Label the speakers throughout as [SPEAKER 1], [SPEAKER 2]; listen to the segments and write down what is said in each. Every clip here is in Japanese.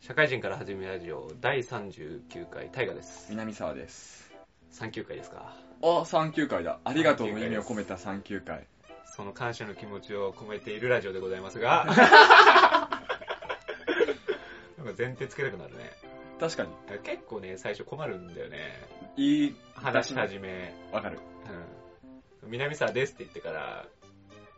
[SPEAKER 1] 社会人から始めラジオ第39回大河です
[SPEAKER 2] 南沢です
[SPEAKER 1] 39回ですか
[SPEAKER 2] あ三級会だありがとうの意味を込めた三級会
[SPEAKER 1] その感謝の気持ちを込めているラジオでございますがなんか前提つけたくなるね
[SPEAKER 2] 確かに
[SPEAKER 1] だから結構ね最初困るんだよね
[SPEAKER 2] いい
[SPEAKER 1] 話し始め、
[SPEAKER 2] わかる
[SPEAKER 1] うん、南沢ですって言ってから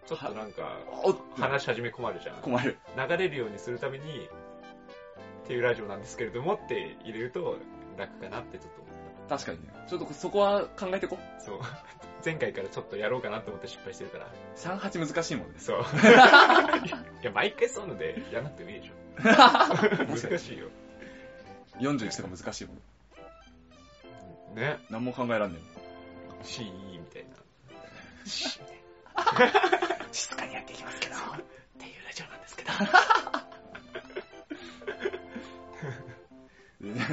[SPEAKER 1] ちょっとなんか
[SPEAKER 2] おっ
[SPEAKER 1] 話し始め困るじゃん
[SPEAKER 2] 困る
[SPEAKER 1] 流れるようにするためにっていうラジオなんですけれどもって入れると楽かなってちょっと思
[SPEAKER 2] 確かにねちょっとそこは考えてこ
[SPEAKER 1] ったそう 前回からちょっとやろうかなと思って失敗してるから
[SPEAKER 2] 三八難しいもんね
[SPEAKER 1] そういや毎回そうなのでやらなくてもいいでしょ 難しいよ
[SPEAKER 2] 41とか難しいもん
[SPEAKER 1] ね
[SPEAKER 2] 何も考えらんね
[SPEAKER 1] C みたいな
[SPEAKER 2] え静かにやっていきますけど
[SPEAKER 1] っていうラジオなんですけど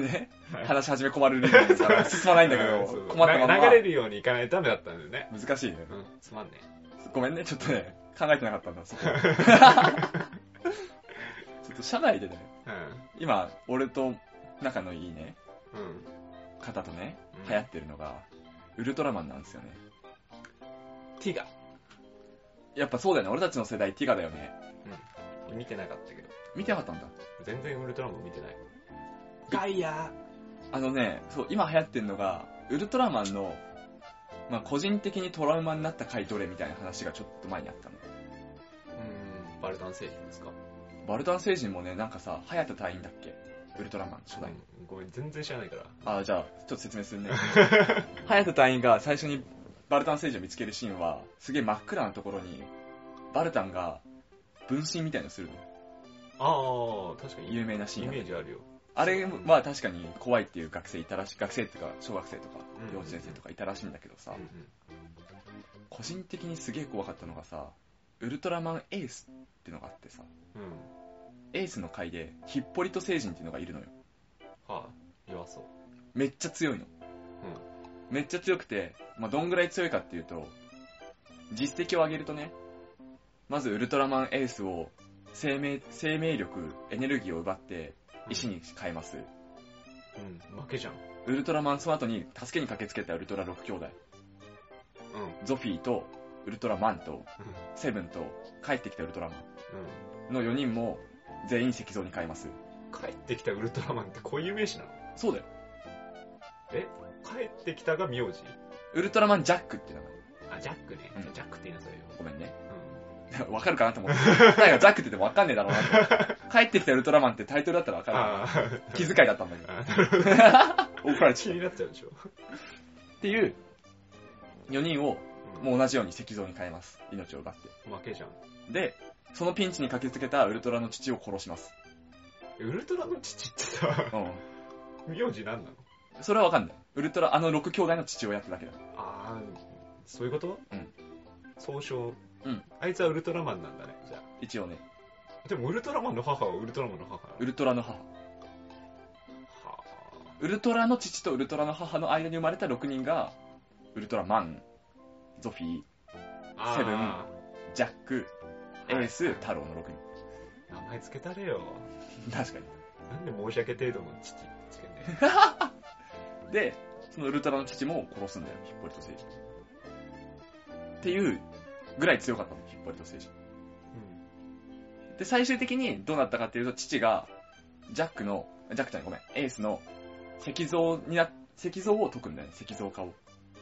[SPEAKER 2] ね
[SPEAKER 1] はい
[SPEAKER 2] 話し始め困る理由ですから 進まないんだけど
[SPEAKER 1] そう
[SPEAKER 2] 困ったまま
[SPEAKER 1] な流れるようにいかないとダメだったんだよね
[SPEAKER 2] 難しいね
[SPEAKER 1] うんつまんね
[SPEAKER 2] ごめんねちょっとね考えてなかったんだ そこちょっと社内でね
[SPEAKER 1] え
[SPEAKER 2] 今俺と仲のいいね
[SPEAKER 1] うんうん
[SPEAKER 2] 方とね
[SPEAKER 1] うん
[SPEAKER 2] 流行ってるのがウルトラマンなんですよね
[SPEAKER 1] T が
[SPEAKER 2] やっぱそうだよね俺たちの世代ティガだよね
[SPEAKER 1] 見てなかったけど
[SPEAKER 2] 見てなかったんだ
[SPEAKER 1] 全然ウルトラマン見てないガイア
[SPEAKER 2] あのねそう今流行ってるのがウルトラマンのまあ個人的にトラウマになった回どれみたいな話がちょっと前にあったの
[SPEAKER 1] うんバルタン星人ですか、
[SPEAKER 2] バルタン星人もねなんかさ早田隊員だっけウルトラマン初
[SPEAKER 1] う
[SPEAKER 2] 代の
[SPEAKER 1] ん、ごめん全然知らないから
[SPEAKER 2] あじゃあちょっと説明す るね早田隊員が最初にバルタン星人を見つけるシーンはすげえ真っ暗なところにバルタンが分身みたいのするの
[SPEAKER 1] ああ確かに
[SPEAKER 2] 有名なシーン
[SPEAKER 1] イ
[SPEAKER 2] が
[SPEAKER 1] メージあるよ
[SPEAKER 2] あれは確かに怖いっていう学生いたらしい学生っていうか小学生とか
[SPEAKER 1] うん
[SPEAKER 2] 幼稚園生とかいたらしいんだけどさ、
[SPEAKER 1] うんうん
[SPEAKER 2] 個人的にすげえ怖かったのがさウルトラマンエースってのがあってさ
[SPEAKER 1] うん
[SPEAKER 2] エースの回でヒッポリト星人っていうのがいるのよ
[SPEAKER 1] はあ弱そう
[SPEAKER 2] めっちゃ強いの、めっちゃ強くて、まあ、どんぐらい強いかっていうと実績を上げるとねまずウルトラマンエースを生命生命力エネルギーを奪って石に変えます、
[SPEAKER 1] うん負けじゃん
[SPEAKER 2] ウルトラマンその後に助けに駆けつけたウルトラ6兄弟
[SPEAKER 1] うん
[SPEAKER 2] ゾフィーとウルトラマンとセブンと帰ってきたウルトラマ
[SPEAKER 1] う
[SPEAKER 2] ンの4人も全員石像に変えます
[SPEAKER 1] ん帰ってきたウルトラマンってこういう名詞なの
[SPEAKER 2] そうだよ
[SPEAKER 1] 帰ってきたが名字
[SPEAKER 2] ウルトラマンジャックって名前
[SPEAKER 1] あジャックね、
[SPEAKER 2] うん
[SPEAKER 1] ジャックって言いなさいよ、
[SPEAKER 2] ごめんね
[SPEAKER 1] う
[SPEAKER 2] わかるかなと思ってなんかジャックって言ってもわかんねえだろうなと思って 帰ってきたウルトラマンってタイトルだったらわか
[SPEAKER 1] ん、
[SPEAKER 2] る
[SPEAKER 1] あ
[SPEAKER 2] 気遣いだったんだけ
[SPEAKER 1] あ
[SPEAKER 2] ど 怒られ
[SPEAKER 1] 気
[SPEAKER 2] ちゃう
[SPEAKER 1] になっちゃうでしょ
[SPEAKER 2] っていう4人を
[SPEAKER 1] も
[SPEAKER 2] もう同じように石像に変えます命を奪って
[SPEAKER 1] う負けじゃん
[SPEAKER 2] でそのピンチに駆けつけたウルトラの父を殺します
[SPEAKER 1] ウルトラの父ってさ
[SPEAKER 2] うん
[SPEAKER 1] 名字なんなの
[SPEAKER 2] それはわかんないウルトラあの6兄弟の父親ってだけだ
[SPEAKER 1] ああそういうこと
[SPEAKER 2] うん
[SPEAKER 1] 総称
[SPEAKER 2] うん
[SPEAKER 1] あいつはウルトラマンなんだねじゃ
[SPEAKER 2] 一応ね
[SPEAKER 1] あでもウルトラマンの母はウルトラマンの母なの
[SPEAKER 2] ウルトラの母
[SPEAKER 1] は
[SPEAKER 2] ウルトラの父とウルトラの母の間に生まれた6人がウルトラマンゾフィー
[SPEAKER 1] あ
[SPEAKER 2] セブン
[SPEAKER 1] あ
[SPEAKER 2] ジャックエ
[SPEAKER 1] ー
[SPEAKER 2] ース太郎の6
[SPEAKER 1] 名前つけたれよ
[SPEAKER 2] 人 確かに
[SPEAKER 1] なんで申し訳程度の父ってつけんね
[SPEAKER 2] でそのウルトラの父も殺すんだよヒッポリト星人っていうぐらい強かったのヒッポリト星人で最終的にどうなったかっていうと父がジャックのジャックじゃないごめんエースの石像にな石像を解くんだよね石像化を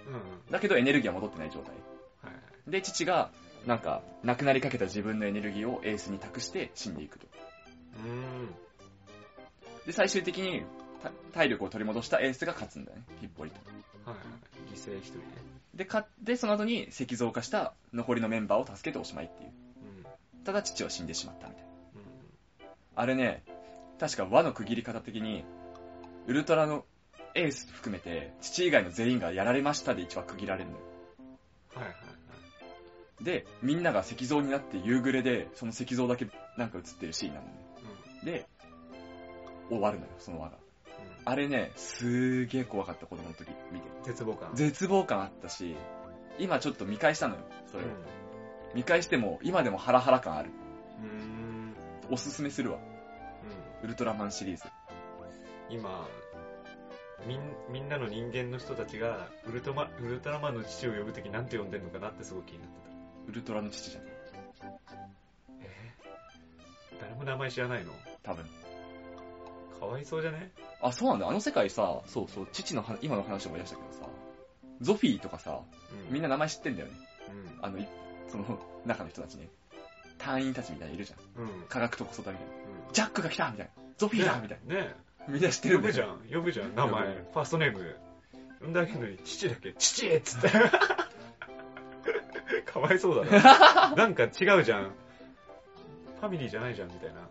[SPEAKER 1] うんうん
[SPEAKER 2] だけどエネルギーは戻ってない状態
[SPEAKER 1] はいはい
[SPEAKER 2] で父がなんか亡くなりかけた自分のエネルギーをエースに託して死んでいくと
[SPEAKER 1] うーん
[SPEAKER 2] で最終的にた体力を取り戻したエースが勝つんだよねヒッポリト
[SPEAKER 1] はいはい犠牲一人ね
[SPEAKER 2] で勝ってその後に石像化した残りのメンバーを助けておしまいっていう
[SPEAKER 1] うん
[SPEAKER 2] ただ父は死んでしまったみたいな
[SPEAKER 1] うん
[SPEAKER 2] あれね確か輪の区切り方的にウルトラのエース含めて父以外の全員がやられましたで一話区切られるのよ
[SPEAKER 1] はいはいはい
[SPEAKER 2] でみんなが石像になって夕暮れでその石像だけなんか映ってるシーンなのねで終わるのよその輪が
[SPEAKER 1] うん
[SPEAKER 2] あれねすーげー怖かった子供の時見て
[SPEAKER 1] うん絶望感
[SPEAKER 2] 絶望感あったし今ちょっと見返したのよそれを、
[SPEAKER 1] うん
[SPEAKER 2] 見返しても今でもハラハラ感ある
[SPEAKER 1] うーん
[SPEAKER 2] おすすめするわ
[SPEAKER 1] う
[SPEAKER 2] ウルトラマンシリーズ。
[SPEAKER 1] 今みんみんなの人間の人たちがウルトマウルトラマンの父を呼ぶ時なんて呼んでんのかなってすごい気になって
[SPEAKER 2] ウルトラの父じゃん。
[SPEAKER 1] た誰も名前知らないの
[SPEAKER 2] 多分。
[SPEAKER 1] かわいそうじゃね
[SPEAKER 2] あ、そうなんだ。あの世界さ、そうそう、父のは今の話を思い出したけどさ、ゾフィーとかさ、
[SPEAKER 1] うん
[SPEAKER 2] みんな名前知ってんだよね。
[SPEAKER 1] うん
[SPEAKER 2] あの、いその、中の人たちね。隊員たちみたいにいるじゃん。
[SPEAKER 1] うん
[SPEAKER 2] 科学とこそだみたいな。
[SPEAKER 1] う
[SPEAKER 2] ジャックが来たみたいな。ゾフィーだ
[SPEAKER 1] ん
[SPEAKER 2] みたい
[SPEAKER 1] ねね
[SPEAKER 2] な。みんな知ってる
[SPEAKER 1] 呼
[SPEAKER 2] んだ
[SPEAKER 1] ぶ
[SPEAKER 2] よ
[SPEAKER 1] じゃん呼ぶじゃん名前
[SPEAKER 2] 呼
[SPEAKER 1] フ
[SPEAKER 2] ぶ
[SPEAKER 1] ァーストネーム呼んであげるのに父だけ父っつって かわいそうだ ななんか違うじゃんファミリーじゃないじゃんみたいな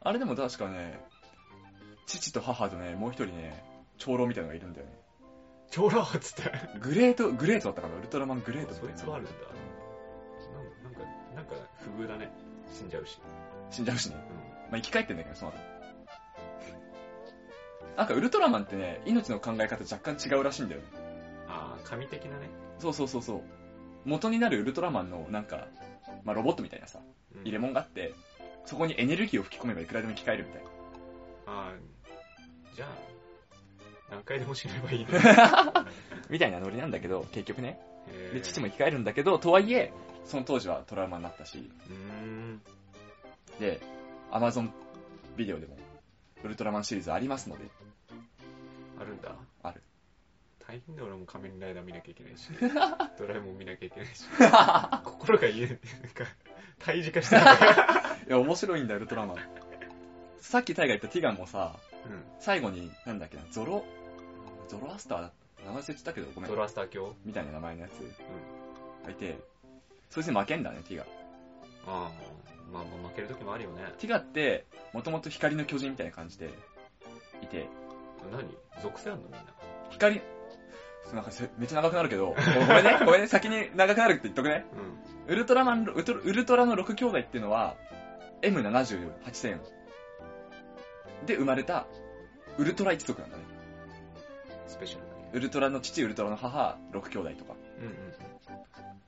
[SPEAKER 2] あれでも確かね、父と母とね、もう一人ね、長老みたいなのがいるんだよね。
[SPEAKER 1] 長老っつって
[SPEAKER 2] グレート、グレートだったかなウルトラマングレートみた
[SPEAKER 1] そ
[SPEAKER 2] い
[SPEAKER 1] い
[SPEAKER 2] な。
[SPEAKER 1] つはあるんだなんかなんかなんか不遇だね死んじゃうし、
[SPEAKER 2] 死んじゃうしね。
[SPEAKER 1] う
[SPEAKER 2] まあ、生き返ってんだけど、その後。なんかウルトラマンってね、命の考え方若干違うらしいんだよね。
[SPEAKER 1] ん、ああ神的なね、
[SPEAKER 2] そうそうそうそう。元になるウルトラマンのなんか、まあ、ロボットみたいなさ、
[SPEAKER 1] うん
[SPEAKER 2] 入れ物があって、そこにエネルギーを吹き込めばいくらでも生き返るみたいな。
[SPEAKER 1] ああじゃあ何 回でも死ねばいいね
[SPEAKER 2] みたいなノリなんだけど、結局ね。
[SPEAKER 1] へー
[SPEAKER 2] で、父も生き返るんだけど、とはいえ、その当時はトラウマになったし、
[SPEAKER 1] うーん
[SPEAKER 2] で、アマゾンビデオでも、ウルトラマンシリーズありますので、
[SPEAKER 1] あるんだ
[SPEAKER 2] ある
[SPEAKER 1] 大変だ俺も仮面ライダー見なきゃいけないしドラえもん見なきゃいけない し心が言えなんか胎児化してる から、
[SPEAKER 2] いや、面白いんだよ、ウルトラマン。さっきタイが言ったティガンもさ、
[SPEAKER 1] う
[SPEAKER 2] 最後に、なんだっけな、ゾロ、ゾロアスターだ名前忘れちゃったけど、ご
[SPEAKER 1] ん、
[SPEAKER 2] めん
[SPEAKER 1] ト。ラスター教
[SPEAKER 2] みたいな名前のやつ、がいて、そいつに負けんだね、ティガ。
[SPEAKER 1] ああまあまあ負ける時もあるよね
[SPEAKER 2] ティガって、もともと光の巨人みたいな感じで、いて、
[SPEAKER 1] 何属性あんのみんな
[SPEAKER 2] 光、そうなんかせめっちゃ長くなるけど、ごめんね、ごめんね、先に長くなるって言っとくね。
[SPEAKER 1] う
[SPEAKER 2] ウルトラマン、ウトウルトラの6兄弟っていうのは、M78 世で生まれた、ウルトラ一族なんだね。
[SPEAKER 1] んスペシャルだね
[SPEAKER 2] ウルトラの父、ウルトラの母、6兄弟とか。
[SPEAKER 1] うんうん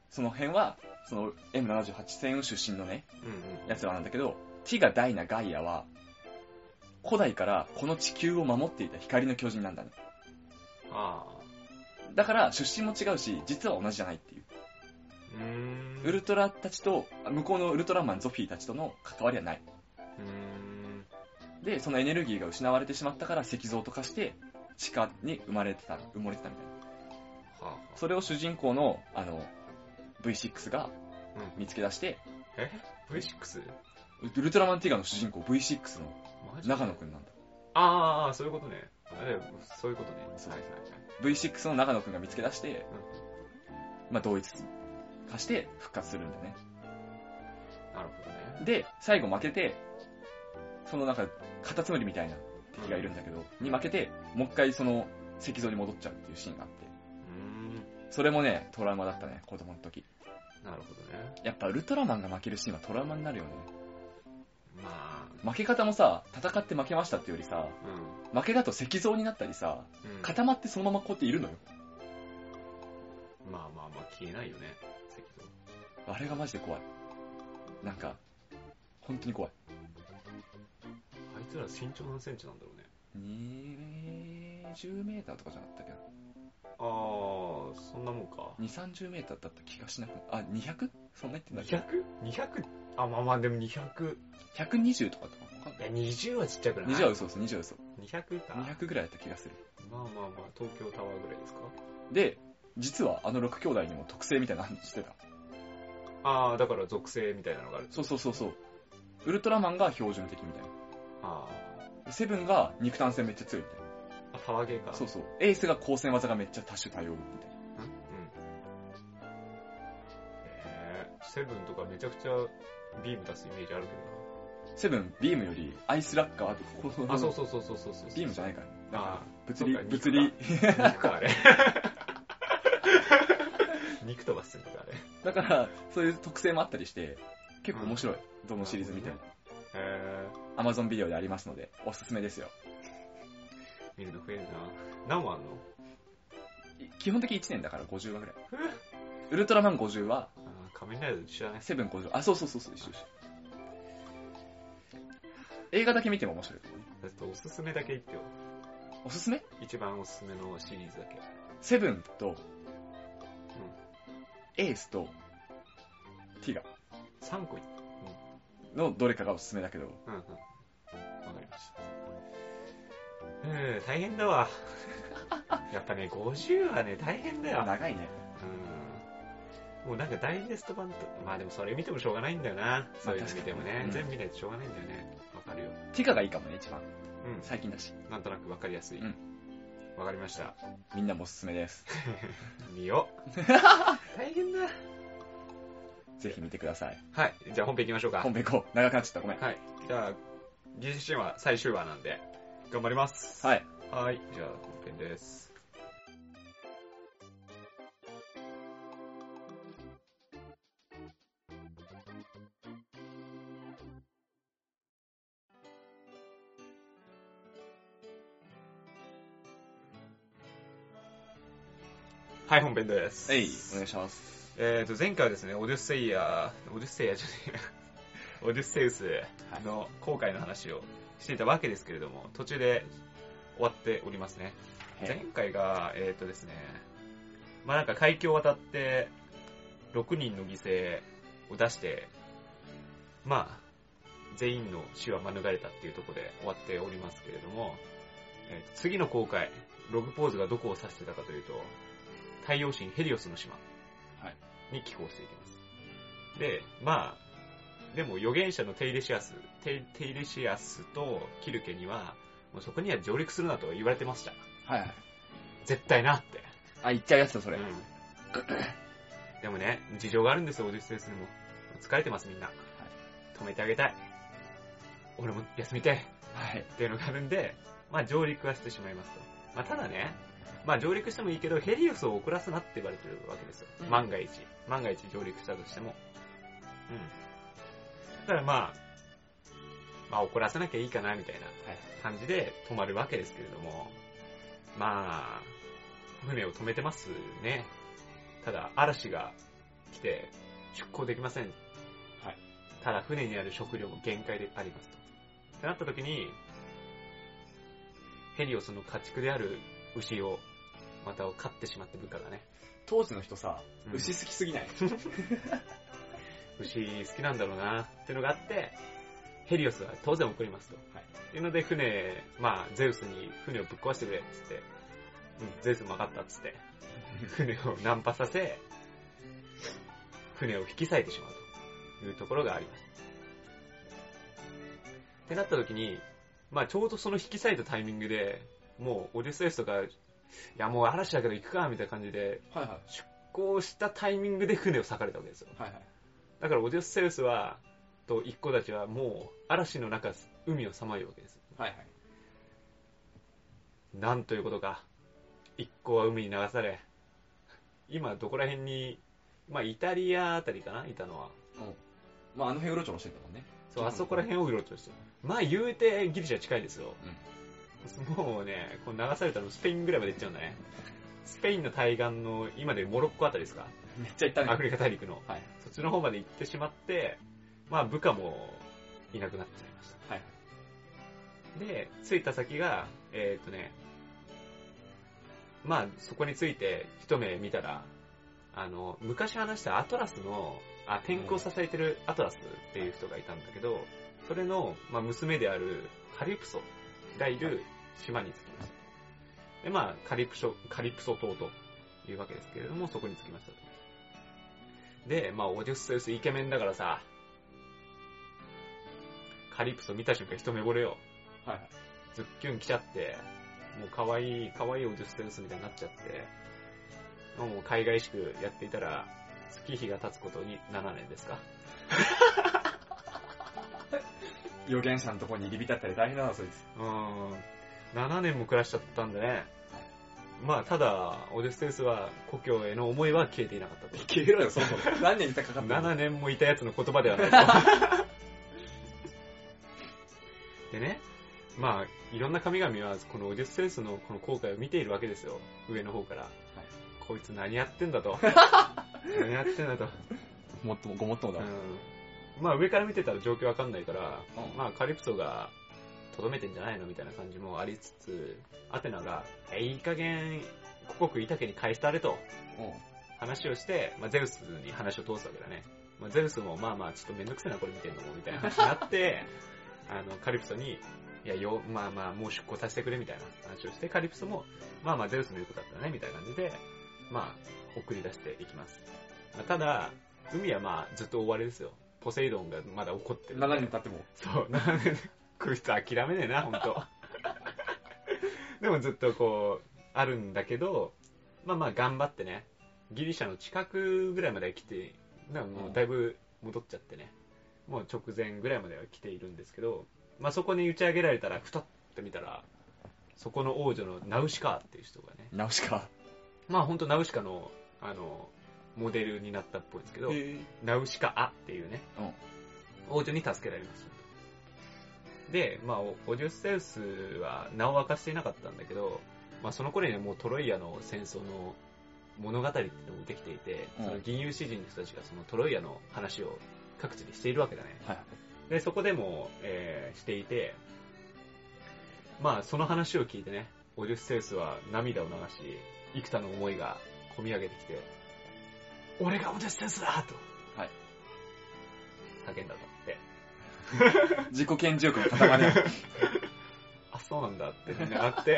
[SPEAKER 2] その辺は、その M78 世出身のね、
[SPEAKER 1] うんうん
[SPEAKER 2] やつらなんだけど、ティガ、ダイナ、ガイアは、古代からこの地球を守っていた光の巨人なんだね。
[SPEAKER 1] あ
[SPEAKER 2] だから出身も違うし、実は同じじゃないっていう。
[SPEAKER 1] あうーん
[SPEAKER 2] ウルトラたちと、あ向こうのウルトラマン、ゾフィーたちとの関わりはない。
[SPEAKER 1] うーん
[SPEAKER 2] で、そのエネルギーが失われてしまったから石像と化して、地下に生まれてた、埋もれてたみたいな。
[SPEAKER 1] はあ、は
[SPEAKER 2] それを主人公の、あの、V6 が
[SPEAKER 1] あ、
[SPEAKER 2] 見つけ出して、
[SPEAKER 1] うん V6?
[SPEAKER 2] ウルトラマンティガの主人公 V6 の
[SPEAKER 1] マジ
[SPEAKER 2] 長野くんなんだ。
[SPEAKER 1] ああそういうことねあれそういうことね
[SPEAKER 2] そうそう
[SPEAKER 1] はいはいはい
[SPEAKER 2] V6 の長野くんが見つけ出して、まあ同一化して復活するんだよね。
[SPEAKER 1] なるほどね
[SPEAKER 2] で、最後負けて、そのなんか、カタツムリみたいな敵がいるんだけど、に負けて、もう一回その石像に戻っちゃうっていうシーンがあって。
[SPEAKER 1] うー
[SPEAKER 2] それもね、トラウマだったね、子供の時。
[SPEAKER 1] んなるほどね
[SPEAKER 2] やっぱウルトラマンが負けるシーンはトラウマになるよね。
[SPEAKER 1] まあ
[SPEAKER 2] 負け方もさ、戦って負けましたってより
[SPEAKER 1] う
[SPEAKER 2] さ、
[SPEAKER 1] ん
[SPEAKER 2] 負けだと石像になったりさ、
[SPEAKER 1] うん
[SPEAKER 2] 固まってそのままこうやっているのよ。
[SPEAKER 1] まあまあまあ消えないよね赤道
[SPEAKER 2] あれがマジで怖い。なんか、本当に怖い。
[SPEAKER 1] あいつら身長何センチなんだろうね
[SPEAKER 2] 20メーターとかじゃなかったっけな
[SPEAKER 1] ああそんなもんか
[SPEAKER 2] 2、30メーターだった気がしなくあ、200? そんな言ってんだっけ
[SPEAKER 1] 200?200? あまあまあでも200
[SPEAKER 2] ?120 とかとかわかん
[SPEAKER 1] い
[SPEAKER 2] な
[SPEAKER 1] や
[SPEAKER 2] い。
[SPEAKER 1] 20はちっちゃくない
[SPEAKER 2] 20は嘘です、20は嘘。
[SPEAKER 1] 200か
[SPEAKER 2] 200ぐらいだった気がする。
[SPEAKER 1] まあまあまあ東京タワーぐらいですか
[SPEAKER 2] で、実はあの6兄弟にも特性みたいな話してた。
[SPEAKER 1] ああだから属性みたいなのがある
[SPEAKER 2] そうそうそうそう。ウルトラマンが標準的みたい
[SPEAKER 1] あ
[SPEAKER 2] な。セブンが肉弾戦めっちゃ強いみたい
[SPEAKER 1] ーあタワーゲーか
[SPEAKER 2] な。そうそう。エースが光線技がめっちゃ多種多様みたいな。
[SPEAKER 1] うんうんえー、セブンとかめちゃくちゃビーム出すイメージあるけ
[SPEAKER 2] セブン、ビームよりアイスラッガーと
[SPEAKER 1] ど
[SPEAKER 2] か、
[SPEAKER 1] なあそうそうそうそうそうそう
[SPEAKER 2] ビームじゃ
[SPEAKER 1] ない
[SPEAKER 2] ないから。だから
[SPEAKER 1] あ
[SPEAKER 2] 物理
[SPEAKER 1] そう、か
[SPEAKER 2] 物理。
[SPEAKER 1] あ肉 かあれ肉飛ばすんだあれ
[SPEAKER 2] だから、そういう特性もあったりして、結構面白い。どのシリーズ見ても。
[SPEAKER 1] へ
[SPEAKER 2] アマゾンビデオでありますので、おすすめですよ。
[SPEAKER 1] ー、見るの増えるな。何もあんの
[SPEAKER 2] い基本的1年だから50話ぐらい。ウルトラマン50は、
[SPEAKER 1] あー仮面ライダーと一緒だね。
[SPEAKER 2] セブン50。あ、そうそうそうそう、一緒一緒。映画だけ見ても面白いかもね。
[SPEAKER 1] ちょっとおすすめだけ言ってよ。
[SPEAKER 2] おすすめ
[SPEAKER 1] 一番おすすめのシリーズだけ。
[SPEAKER 2] セブンと、エースと、ティガ
[SPEAKER 1] 3個いっ
[SPEAKER 2] のどれかがおすすめだけど、
[SPEAKER 1] うんうん。わかりました。うん、大変だ わ。やっぱね、50はね、大変だよ。
[SPEAKER 2] 長いね。
[SPEAKER 1] うん。もうなんかダイジェスト版と、まあでもそれ見てもしょうがないんだよな。そういうの見ても
[SPEAKER 2] まあ確か
[SPEAKER 1] ね
[SPEAKER 2] に。うん
[SPEAKER 1] 全部見ないとしょうがないんだよね。わかるよ。
[SPEAKER 2] ティガがいいかもね、一番。
[SPEAKER 1] う
[SPEAKER 2] 最近だし。
[SPEAKER 1] ん。なんとなくわかりやすい。
[SPEAKER 2] う
[SPEAKER 1] わ
[SPEAKER 2] ん、
[SPEAKER 1] かりました。
[SPEAKER 2] みんなもおすすめです。
[SPEAKER 1] 見 よう。大変だ。
[SPEAKER 2] ぜひ見てください。
[SPEAKER 1] はい。じゃあ本編行きましょうか。
[SPEAKER 2] 本編行こう。長くなっちゃった、ごめん。
[SPEAKER 1] はい。じゃあ、技術神話最終話なんで、頑張ります。
[SPEAKER 2] はい。
[SPEAKER 1] はい。じゃあ、本編です。はい、本編です。
[SPEAKER 2] えい、お願いします。
[SPEAKER 1] えーと、前回はですね、オデュッセイヤ、オデュッセイヤじゃねえや、オ デュッセウスの後悔の話をしていたわけですけれども、途中で終わっておりますね。前回が、えーとですね、まあなんか海峡を渡って、6人の犠牲を出して、まあ、全員の死は免れたっていうところで終わっておりますけれども、えーと次の航海、ログポーズがどこを指してたかというと、太陽神ヘリオスの島。に寄港していきます。で、まあ、でも預言者のテイレシアス、テイテイレシアスとキルケには、もうそこには上陸するなと言われてました。
[SPEAKER 2] はいはい。
[SPEAKER 1] 絶対なって。
[SPEAKER 2] あ、言っちゃうやつだ、それ。
[SPEAKER 1] うん でもね、事情があるんですよ、オデュッセウスにも。疲れてます、みんな。止めてあげたい。俺も休みたい。
[SPEAKER 2] はい。
[SPEAKER 1] っていうのがあるんで、まあ上陸はしてしまいますと。まあただね、まあ上陸してもいいけど、ヘリウスを遅らすなって言われてるわけですよ
[SPEAKER 2] う。ん
[SPEAKER 1] 万が一。万が一上陸したとしても。うん。だからまあ、まあ遅らせなきゃいいかな、みたいな
[SPEAKER 2] はい。
[SPEAKER 1] 感じで止まるわけですけれども、まあ、船を止めてますね。ただ、嵐が来て出港できません。
[SPEAKER 2] はい。
[SPEAKER 1] ただ、船にある食料も限界でありますと。ってなった時に、ヘリオスの家畜である牛を、またを飼ってしまって部下がね。
[SPEAKER 2] 当時の人さ、
[SPEAKER 1] うん
[SPEAKER 2] 牛好きすぎない
[SPEAKER 1] 牛好きなんだろうなっていうのがあって、ヘリオスは当然送りますと。
[SPEAKER 2] はい
[SPEAKER 1] っていうので船、まあ、ゼウスに船をぶっ壊してくれっつって、うん、ゼウスも分かったっつ って、船をナンパさせ、船を引き裂いてしまうというところがあります。ってなった時に、まあちょうどその引き裂いたタイミングで、もうオデュッセウスとか、いやもう嵐だけど行くか、みたいな感じで、
[SPEAKER 2] はいは
[SPEAKER 1] 出航したタイミングで船を裂かれたわけですよ。
[SPEAKER 2] い。はいはい。
[SPEAKER 1] だからオデュッセウスは、と一行たちはもう嵐の中、海をさまようわけです。
[SPEAKER 2] はいはい。
[SPEAKER 1] なんということか。一行は海に流され、今どこら辺に、まあイタリアあたりかないたのは。
[SPEAKER 2] まああの辺うろちょろしてたもんね。
[SPEAKER 1] そう、あそこら辺をうろちょろしてる。まあ言うてギリシャ近いですよ。もうね、こう流されたのスペインぐらいまで行っちゃうんだね。スペインの対岸の、今でモロッコあたりですか
[SPEAKER 2] めっちゃ行ったね。
[SPEAKER 1] アフリカ大陸の。
[SPEAKER 2] はい。
[SPEAKER 1] そっちの方まで行ってしまって、まあ部下もいなくなっちゃいました。
[SPEAKER 2] はい。
[SPEAKER 1] で、着いた先が、えーっとね、まあ、そこについて一目見たら、あの、昔話したアトラスの、あ、天空を支えてるアトラスっていう人がいたんだけど、それの、まあ、娘であるカリプソがいる島に着きました。で、まあ、カリプソ、カリプソ島というわけですけれども、そこに着きましたと。で、まあ、オデュッセウスイケメンだからさ、カリプソ見た瞬間一目惚れよ。
[SPEAKER 2] はいはい。
[SPEAKER 1] ズッキュン来ちゃって、もう可愛い、可愛いオデュステウスみたいになっちゃって、もう海外しくやっていたら、月日が経つことに7年ですか
[SPEAKER 2] 預言者のとこに入り浸ったり大変だな、そいつ。
[SPEAKER 1] うーん。7年も暮らしちゃったんでね。まあ、ただ、オデュステウスは故郷への思いは消えていなかったと。
[SPEAKER 2] 消えろよ、そもそも。何年いたかかったの
[SPEAKER 1] 7年もいたやつの言葉では ないと。でね、まあ、いろんな神々は、このオデュッセウスのこの後悔を見ているわけですよ。上の方から。こいつ何やってんだ と。何やってんだと。
[SPEAKER 2] もっとも、ごもっとも
[SPEAKER 1] う
[SPEAKER 2] だ。
[SPEAKER 1] ん。まあ、上から見てたら状況わかんないから、
[SPEAKER 2] うん
[SPEAKER 1] まあ、カリプソがとどめてんじゃないのみたいな感じもありつつ、アテナが、えいい加減、故国イタケに返したれと
[SPEAKER 2] うん。
[SPEAKER 1] 話をして、まあ、ゼウスに話を通すわけだね。まあ、ゼウスも、まあまあ、ちょっとめんどくせえな、これ見てんのも、みたいな話になって、あの、カリプソに、いや、よ、まあまあ、もう出航させてくれ、みたいな話をして、カリプソも、まあまあ、ゼウスの言うことだったね、みたいな感じで、まあ、送り出していきます。まあ、ただ、海はまあ、ずっと終わりですよ。ポセイドンがまだ怒ってる。
[SPEAKER 2] 7年経っても。
[SPEAKER 1] そう、 なんで、こいつ諦めねえな、ほんと。 でもずっとこう、あるんだけど、まあまあ頑張ってね、ギリシャの近くぐらいまで来て、だからもうだいぶ戻っちゃってね、もう直前ぐらいまでは来ているんですけど、まあそこに打ち上げられたら、ふたって見たら、そこの王女のナウシカっていう人がね、
[SPEAKER 2] 直しか。
[SPEAKER 1] まあほんとナウシカの、あの、モデルになったっぽいんですけ
[SPEAKER 2] え
[SPEAKER 1] ど、ナウシカアっていうね、
[SPEAKER 2] うん。
[SPEAKER 1] 王女に助けられました。で、まあ、オオデュッセウスは名を明かしていなかったんだけど、まあ、その頃にはもうトロイアの戦争の物語っていうのもできていて、
[SPEAKER 2] うん
[SPEAKER 1] その銀融詩人の人たちがそのトロイアの話を各地でしているわけだね。
[SPEAKER 2] はい。
[SPEAKER 1] で、そこでも、えーしていて、まあ、その話を聞いてね、オデュッセウスは涙を流し、幾多の思いが込み上げてきて、俺がオデュッセウスだと、
[SPEAKER 2] はい
[SPEAKER 1] 叫んだと。で、
[SPEAKER 2] 自己顕示欲の塊だ。
[SPEAKER 1] あ、そうなんだってみんななって、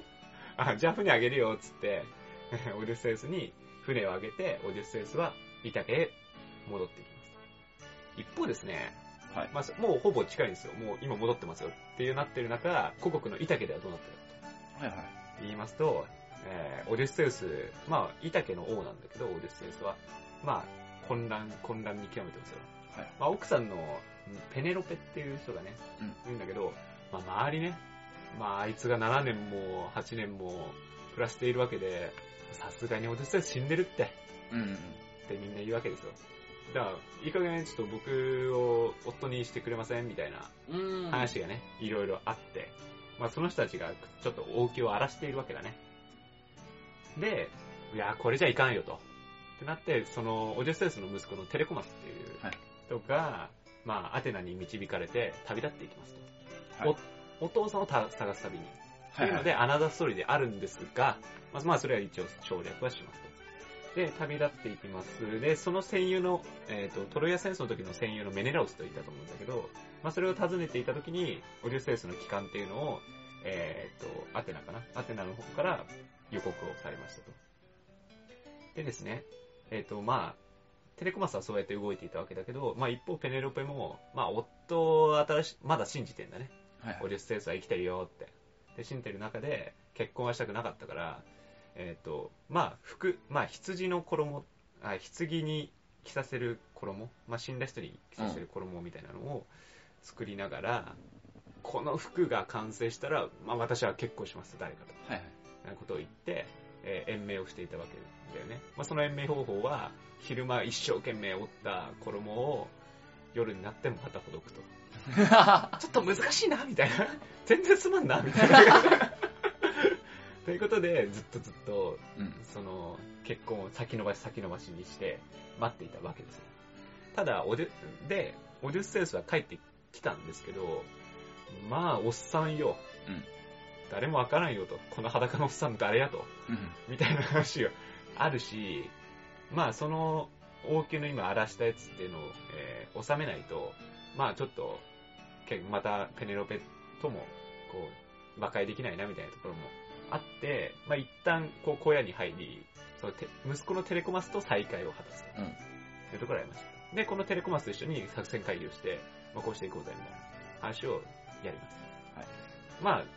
[SPEAKER 2] う
[SPEAKER 1] あ、じゃあ船あげるよ、つって、 オデュッセウスに船をあげて、オデュッセウスはイタケへ戻っていきます。一方ですね、
[SPEAKER 2] んはい。
[SPEAKER 1] まあ、そもうほぼ近いんですよ。もう今戻ってますよっていうなってる中、故国のイタケではどうなってるか
[SPEAKER 2] はいはい。
[SPEAKER 1] と言いますと、えーオデュッセウス、まあ、イタケの王なんだけど、オデュッセウスは、まあ、混乱、混乱に極めてますよ。
[SPEAKER 2] はい。
[SPEAKER 1] まあ、奥さんのペネロペっていう人がね、
[SPEAKER 2] うん
[SPEAKER 1] いるんだけど、まあ、周りね、まあ、あいつが7年も8年も暮らしているわけで、さすがに私たち死んでるって、
[SPEAKER 2] うんうんうん。
[SPEAKER 1] ってみんな言うわけですよ。だから、いい加減ちょっと僕を夫にしてくれませんみたいな
[SPEAKER 2] うん
[SPEAKER 1] 話がね、いろいろあって、まあその人たちがちょっと王宮を荒らしているわけだね。で、いや、これじゃいかんよと。ってなって、その、オデュッセウスの息子のテレコマスっていう
[SPEAKER 2] はい
[SPEAKER 1] 人が、まあ、アテナに導かれて旅立っていきますと。
[SPEAKER 2] はい
[SPEAKER 1] おお父さんをた探す旅に。と
[SPEAKER 2] はいいうは
[SPEAKER 1] の
[SPEAKER 2] い。
[SPEAKER 1] で、アナザーストーリーであるんですが、まあ、まあそれは一応省略はしますと。で、旅立っていきます。で、その戦友の、えっ、と、トロイア戦争の時の戦友のメネラオスといたと思うんだけど、まあ、それを訪ねていた時に、オデュッセウスの帰還っていうのを、えっ、と、アテナかなアテナの方から予告をされましたと。でですね、えっ、と、まあ、テレコマスはそうやって動いていたわけだけど、まあ一方ペネロペも、まあ夫を新し、まだ信じてんだね。
[SPEAKER 2] はいはい
[SPEAKER 1] オデュッセウスは生きてるよって。で、信じてる中で、結婚はしたくなかったから、えっ、と、まあ、服、まあ、羊の衣、あ、棺に着させる衣、まあ、死んだ人に着させる衣みたいなのを作りながら、この服が完成したら、まあ、私は結婚します、誰かと。
[SPEAKER 2] はいはい。
[SPEAKER 1] なことを言って、えー延命をしていたわけだよね。まあ、その延命方法は、昼間一生懸命折った衣を、夜になってもまたほどくと。ちょっと難しいな、みたい な。全然すまんな、みたいな。ということで、ずっとずっと、
[SPEAKER 2] うん。
[SPEAKER 1] その、結婚を先延ばし先延ばしにして、待っていたわけですよ。ただ、オデュ、で、オデュッセウスは帰ってきたんですけど、まあ、おっさんよ。
[SPEAKER 2] うん
[SPEAKER 1] 誰もわからんよと。この裸のおっさん誰やと。
[SPEAKER 2] うん。
[SPEAKER 1] みたいな話があるし、まあその王宮の今荒らしたやつっていうのを、えー収めないと、まあちょっと、けまたペネロペとも、こう、和解できないなみたいなところもあって、まあ一旦、こう小屋に入り、そのて息子のテレコマスと再会を果たす。
[SPEAKER 2] うん
[SPEAKER 1] というところがありました。で、このテレコマスと一緒に作戦会議をして、まあこうしていこうぜみたいな話をやります。
[SPEAKER 2] はい
[SPEAKER 1] まあ、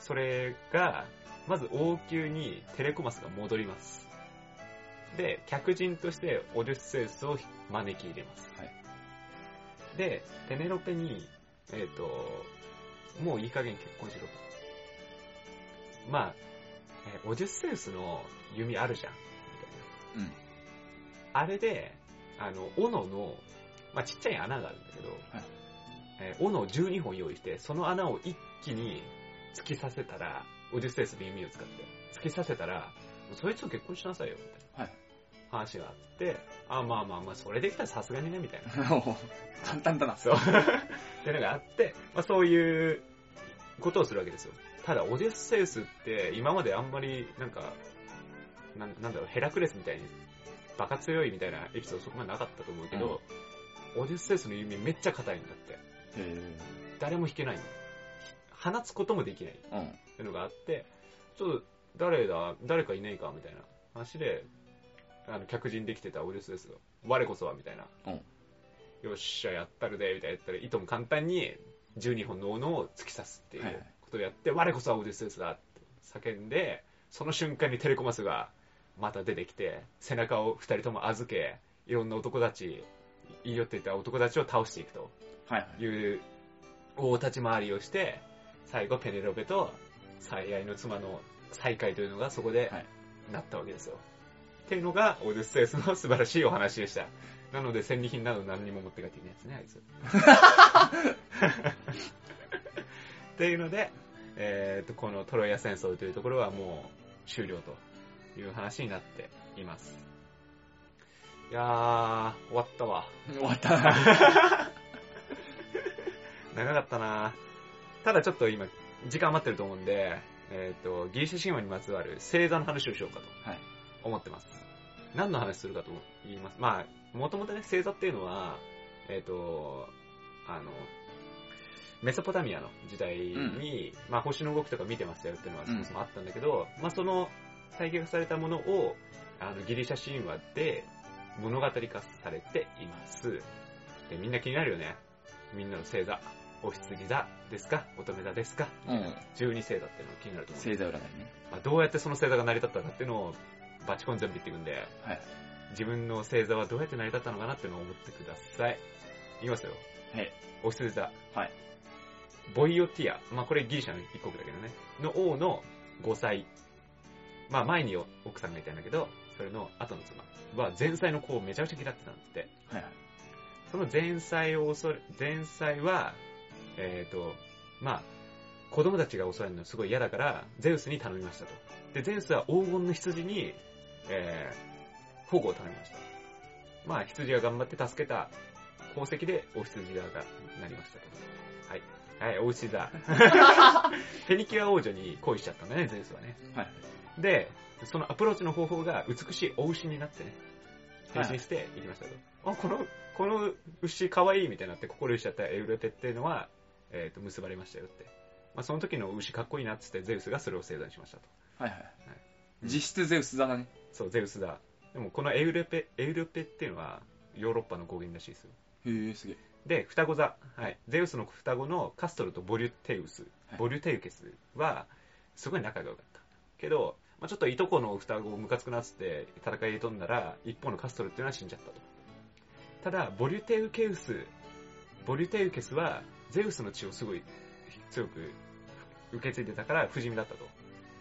[SPEAKER 1] それが、まず王宮にテレコマスが戻ります。で、客人としてオデュッセウスを招き入れます。
[SPEAKER 2] はい
[SPEAKER 1] で、ペネロペに、えっ、と、もういい加減結婚しろと。まあ、えーオデュッセウスの弓あるじゃん。みたいな。
[SPEAKER 2] うん
[SPEAKER 1] あれで、あの、斧の、まあ、ちっちゃい穴があるんだけど、
[SPEAKER 2] はい
[SPEAKER 1] えー斧を12本用意して、その穴を一気に突き刺せたら、オデュッセウスの弓を使って、突き刺せたら、そいつと結婚しなさいよ、みたいな。
[SPEAKER 2] はい。
[SPEAKER 1] 話があって、あ、まあまあまあ、それできたらさすがにね、みたいな。
[SPEAKER 2] 簡単だ な。
[SPEAKER 1] そう。っていうのがあって、まあそういう、ことをするわけですよ。ただ、オデュッセウスって、今まであんまり、なんか、なんなんだろう、ヘラクレスみたいに、バカ強いみたいなエピソードそこまでなかったと思うけど、オデュッセウスの弓めっちゃ硬いんだって。
[SPEAKER 2] え
[SPEAKER 1] 誰も弾けないの。放つこともできない。
[SPEAKER 2] ー、うん。
[SPEAKER 1] っていうのがあって、ちょっと誰だ、誰かいないかみたいな話で、あの、客人できてたオデュスですよ。我こそはみたいな。
[SPEAKER 2] うん
[SPEAKER 1] よっしゃ、やったるで、みたいなやったら、いとも簡単に12本の斧を突き刺すっていう
[SPEAKER 2] はいはい
[SPEAKER 1] ことをやって、我こそはオデュスですだって叫んで、その瞬間にテレコマスがまた出てきて、背中を二人とも預け、いろんな男たち、言い寄っていた男たちを倒していくと。
[SPEAKER 2] はいはい。
[SPEAKER 1] いう大立ち回りをして、最後ペネロペと最愛の妻の再会というのがそこで
[SPEAKER 2] はい
[SPEAKER 1] なったわけですよ。っていうのがオデュッセウスの素晴らしいお話でした。なので戦利品など何にも持って帰っていないですね、あいつ。っていうので、えーと、このトロイア戦争というところはもう終了という話になっています。いやー、終わったわ。
[SPEAKER 2] 終わったな。
[SPEAKER 1] 長かったなただちょっと今、時間余ってると思うんで、えっ、と、ギリシャ神話にまつわる星座の話をしようかと
[SPEAKER 2] はい。
[SPEAKER 1] 思ってます。何の話するかと言います。まあ、もともとね、星座っていうのは、えっ、と、あの、メソポタミアの時代に、まあ、星の動きとか見てましたよっていうのはそもそもあったんだけど、まあ、その再現されたものを、あの、ギリシャ神話で物語化されています。で、みんな気になるよね。みんなの星座。お羊座ですか乙女座ですか
[SPEAKER 2] うん。
[SPEAKER 1] ?12 星座っていうのが気になると思う。
[SPEAKER 2] 星座占いね。
[SPEAKER 1] まあ、どうやってその星座が成り立ったかっていうのをバチコン全部言っていくんで、
[SPEAKER 2] はい。
[SPEAKER 1] 自分の星座はどうやって成り立ったのかなっていうのを思ってください。いきますよ。
[SPEAKER 2] はい。
[SPEAKER 1] お羊座。
[SPEAKER 2] はい。
[SPEAKER 1] ボイオティア。まあ、これギリシャの一国だけどね。の王の5歳。まあ、前に奥さんがいたんだけど、それの後の妻は前妻の子をめちゃくちゃ嫌ってたんだって。
[SPEAKER 2] はいはい。
[SPEAKER 1] その前妻を恐れ、前妻は、えっ、と、まあ、子供たちが恐れるのすごい嫌だから、ゼウスに頼みましたと。で、ゼウスは黄金の羊に、えー、保護を頼みました。まあ、羊が頑張って助けた功績で、お羊座がなりましたと。はい。はい、お牛座。フェニキュア王女に恋しちゃったんだね、ゼウスはね。
[SPEAKER 2] はい。
[SPEAKER 1] で、そのアプローチの方法が美しいお牛になってね、
[SPEAKER 2] はい
[SPEAKER 1] 変身して行きましたと。あ、この、この牛可愛いみたいになって心許しちゃったエウレペっていうのは、えっ、と、結ばれましたよって。まあ、その時の牛かっこいいなってって、ゼウスがそれを星座にしましたと。
[SPEAKER 2] はいはい。実質ゼウス座だね。
[SPEAKER 1] そう、ゼウスだ。でもこのエウレペ、エウレペっていうのは、ヨーロッパの語源らしいですよ。
[SPEAKER 2] へえ、すげえ。
[SPEAKER 1] で、双子座。はい。ゼウスの双子のカストルとボリュテウス
[SPEAKER 2] は。い
[SPEAKER 1] ボリュテウケスは、すごい仲が良かった。けど、まあ、ちょっといとこの双子ムカつくなっつって戦いに飛んだら、一方のカストルっていうのは死んじゃったと。ただ、ボリュテウケウス、ボリュテウケスは、ゼウスの血をすごい強く受け継いでたから不死身だったと。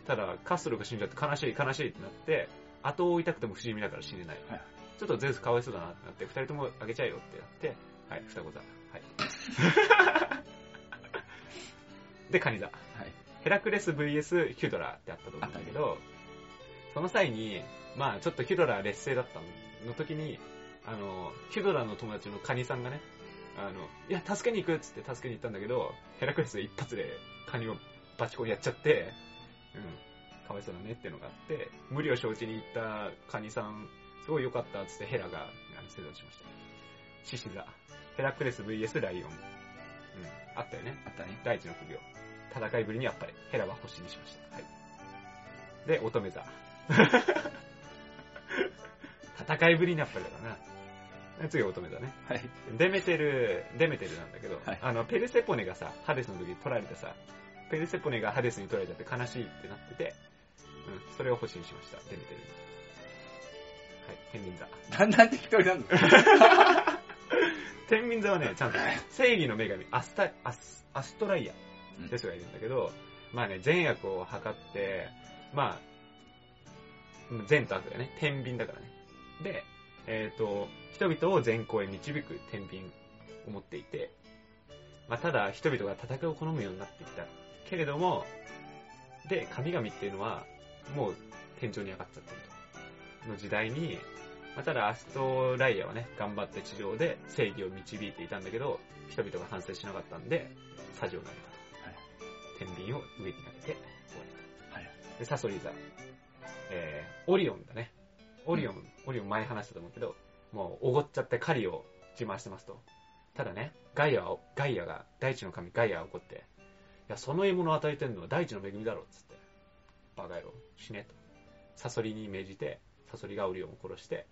[SPEAKER 1] ただ、カストルが死んじゃって悲しい悲しいってなって、後を追いたくても不死身だから死ねない。
[SPEAKER 2] はい
[SPEAKER 1] ちょっとゼウスかわいそうだなってなって、二人ともあげちゃえよってなって、はい、双子座。はい。 で、カニ座。
[SPEAKER 2] はい。
[SPEAKER 1] ヘラクレス VS ヒュドラってあったと思うんだけど、その際に、まあちょっとヒュドラ劣勢だったのの時に、あの、ヒュドラの友達のカニさんがね、あの、いや、助けに行くっつって助けに行ったんだけど、ヘラクレス一発でカニをバチコンやっちゃって、うん、かわいそうだねってのがあって、無理を承知に行ったカニさん、すごい良かったっつってヘラが、あの、生存しました。獅子座。ヘラクレス VS ライオン。うん、あったよね。
[SPEAKER 2] あったね。
[SPEAKER 1] 第一の副業。戦いぶりにやっぱり、ヘラは星にしました。はい。で、乙女座。 戦いぶりにやっぱりだからな。次は乙女座ね。
[SPEAKER 2] はい。
[SPEAKER 1] デメテル、デメテルなんだけど、
[SPEAKER 2] はい
[SPEAKER 1] あの、ペルセポネがさ、ハデスの時に取られてさ、ペルセポネがハデスに取られちゃって悲しいってなってて、うん、それを星にしました、デメテルに。はい、天秤座。
[SPEAKER 2] だんだん適当になるの。
[SPEAKER 1] 天秤座はね、ちゃんとね正義の女神、アスタ、アス、アストライア
[SPEAKER 2] うん
[SPEAKER 1] ですがいるんだけど、まあね、善悪を図って、まあ、うん善と悪だね、天秤だからね。で、えっ、と、人々を善行へ導く天秤を持っていて、まあただ人々が戦いを好むようになってきた。けれども、で、神々っていうのは、もう天井に上がっちゃってると。の時代に、まあ、ただアストライアはね、頑張って地上で正義を導いていたんだけど、人々が反省しなかったんで、サジを投げたと。
[SPEAKER 2] はい
[SPEAKER 1] 天秤を上に上げて終わり
[SPEAKER 2] はい。
[SPEAKER 1] で、サソリ座。えー、オリオンだね。オリオン、オリオン前話したと思うけど、もう、おごっちゃって狩りを自慢してますと。ただね、ガイアを、ガイアが、大地の神ガイアを怒って、いや、その獲物を与えてるのは大地の恵みだろ、つって。バカ野郎、死ね、と。サソリに命じて、サソリがオリオンを殺して、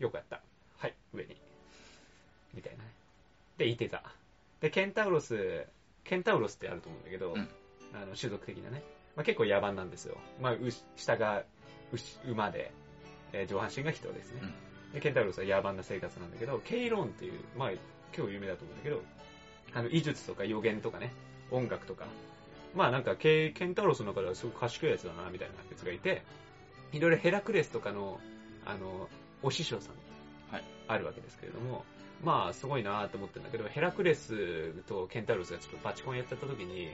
[SPEAKER 1] よくやった。はい、上に。みたいなね。で、いてた。で、ケンタウロス、ケンタウロスってあると思うんだけど、
[SPEAKER 2] うん
[SPEAKER 1] あの、種族的なね。まあ、結構野蛮なんですよ。まあ、牛下が牛馬で、えー上半身が人ですね、で。ケンタウロスは野蛮な生活なんだけど、ケイロンっていう、まあ、今日有名だと思うんだけど、あの、医術とか予言とかね、音楽とか、まあなんかケ、ケンタウロスの中ではすごく賢いやつだな、みたいなやつがいて、いろいろヘラクレスとかの、あの、お師匠さん、
[SPEAKER 2] はい
[SPEAKER 1] あるわけですけれども、まあ、すごいなと思ってるんだけど、ヘラクレスとケンタウロスがちょっとバチコンやっちゃった時に、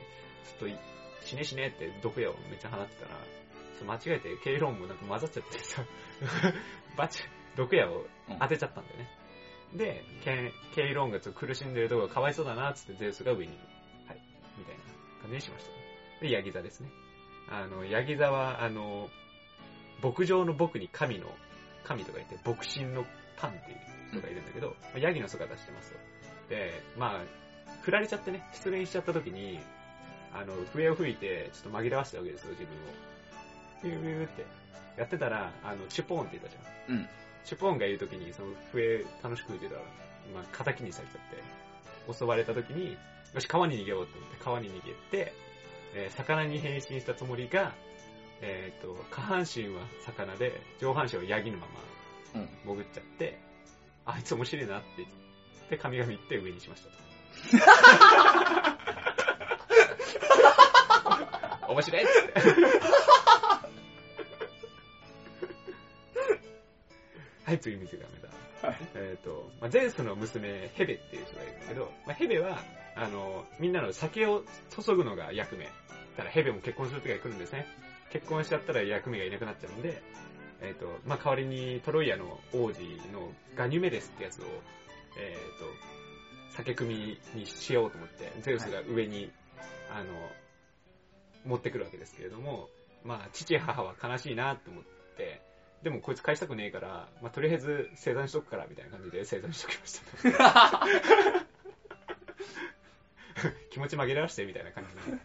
[SPEAKER 1] ちょっとい、死ね死ねって毒矢をめっちゃ放ってたら、ちょっと間違えて、ケイロンもなんか混ざっちゃってさ、 バチ、毒矢を
[SPEAKER 2] うん
[SPEAKER 1] 当てちゃったんだよね。で、ケンケイロンがちょっと苦しんでるところがかわいそうだなっつってゼウスが上に、はい、みたいな感じにしました。で、ヤギ座ですね。あの、ヤギ座は、あの、牧場の僕に神の、神とか言って、牧神のパンっていう人がいるんだけど、まあヤギの姿してますよ。で、まあ、振られちゃってね、失恋しちゃった時に、あの、笛を吹いて、ちょっと紛らわしたわけですよ、自分を。ビュービューって。やってたら、あの、チュポーンって言ったじゃん。
[SPEAKER 2] うん。
[SPEAKER 1] シュポーンがいるときに、その笛楽しく吹いてたら、まあ、仇にされちゃって、襲われたときに、よし、川に逃げようと思って、川に逃げて、えー魚に変身したつもりが、えっ、と、下半身は魚で、上半身はヤギのま
[SPEAKER 2] う
[SPEAKER 1] ま
[SPEAKER 2] ん、
[SPEAKER 1] 潜っちゃって、あいつ面白いなって言って、神々言って上にしましたと。面 白いっつって。はい、次見てダメだ。
[SPEAKER 2] はい。
[SPEAKER 1] えっ、と、まあ、ゼウスの娘、ヘベっていう人がいるんだけど、まあ、ヘベは、あの、みんなの酒を注ぐのが役目。だからヘベも結婚する時が来るんですね。結婚しちゃったら役目がいなくなっちゃうんで、えっ、と、まあ、代わりにトロイアの王子のガニュメデスってやつを、えっ、と、酒組みにしようと思って、ゼウスが上に、あの、持ってくるわけですけれども、まあ、父母は悲しいなって思って、でもこいつ返したくねえから、まあ、とりあえず生産しとくからみたいな感じで生産しときました。 気持ち紛らわしてみたいな感じで、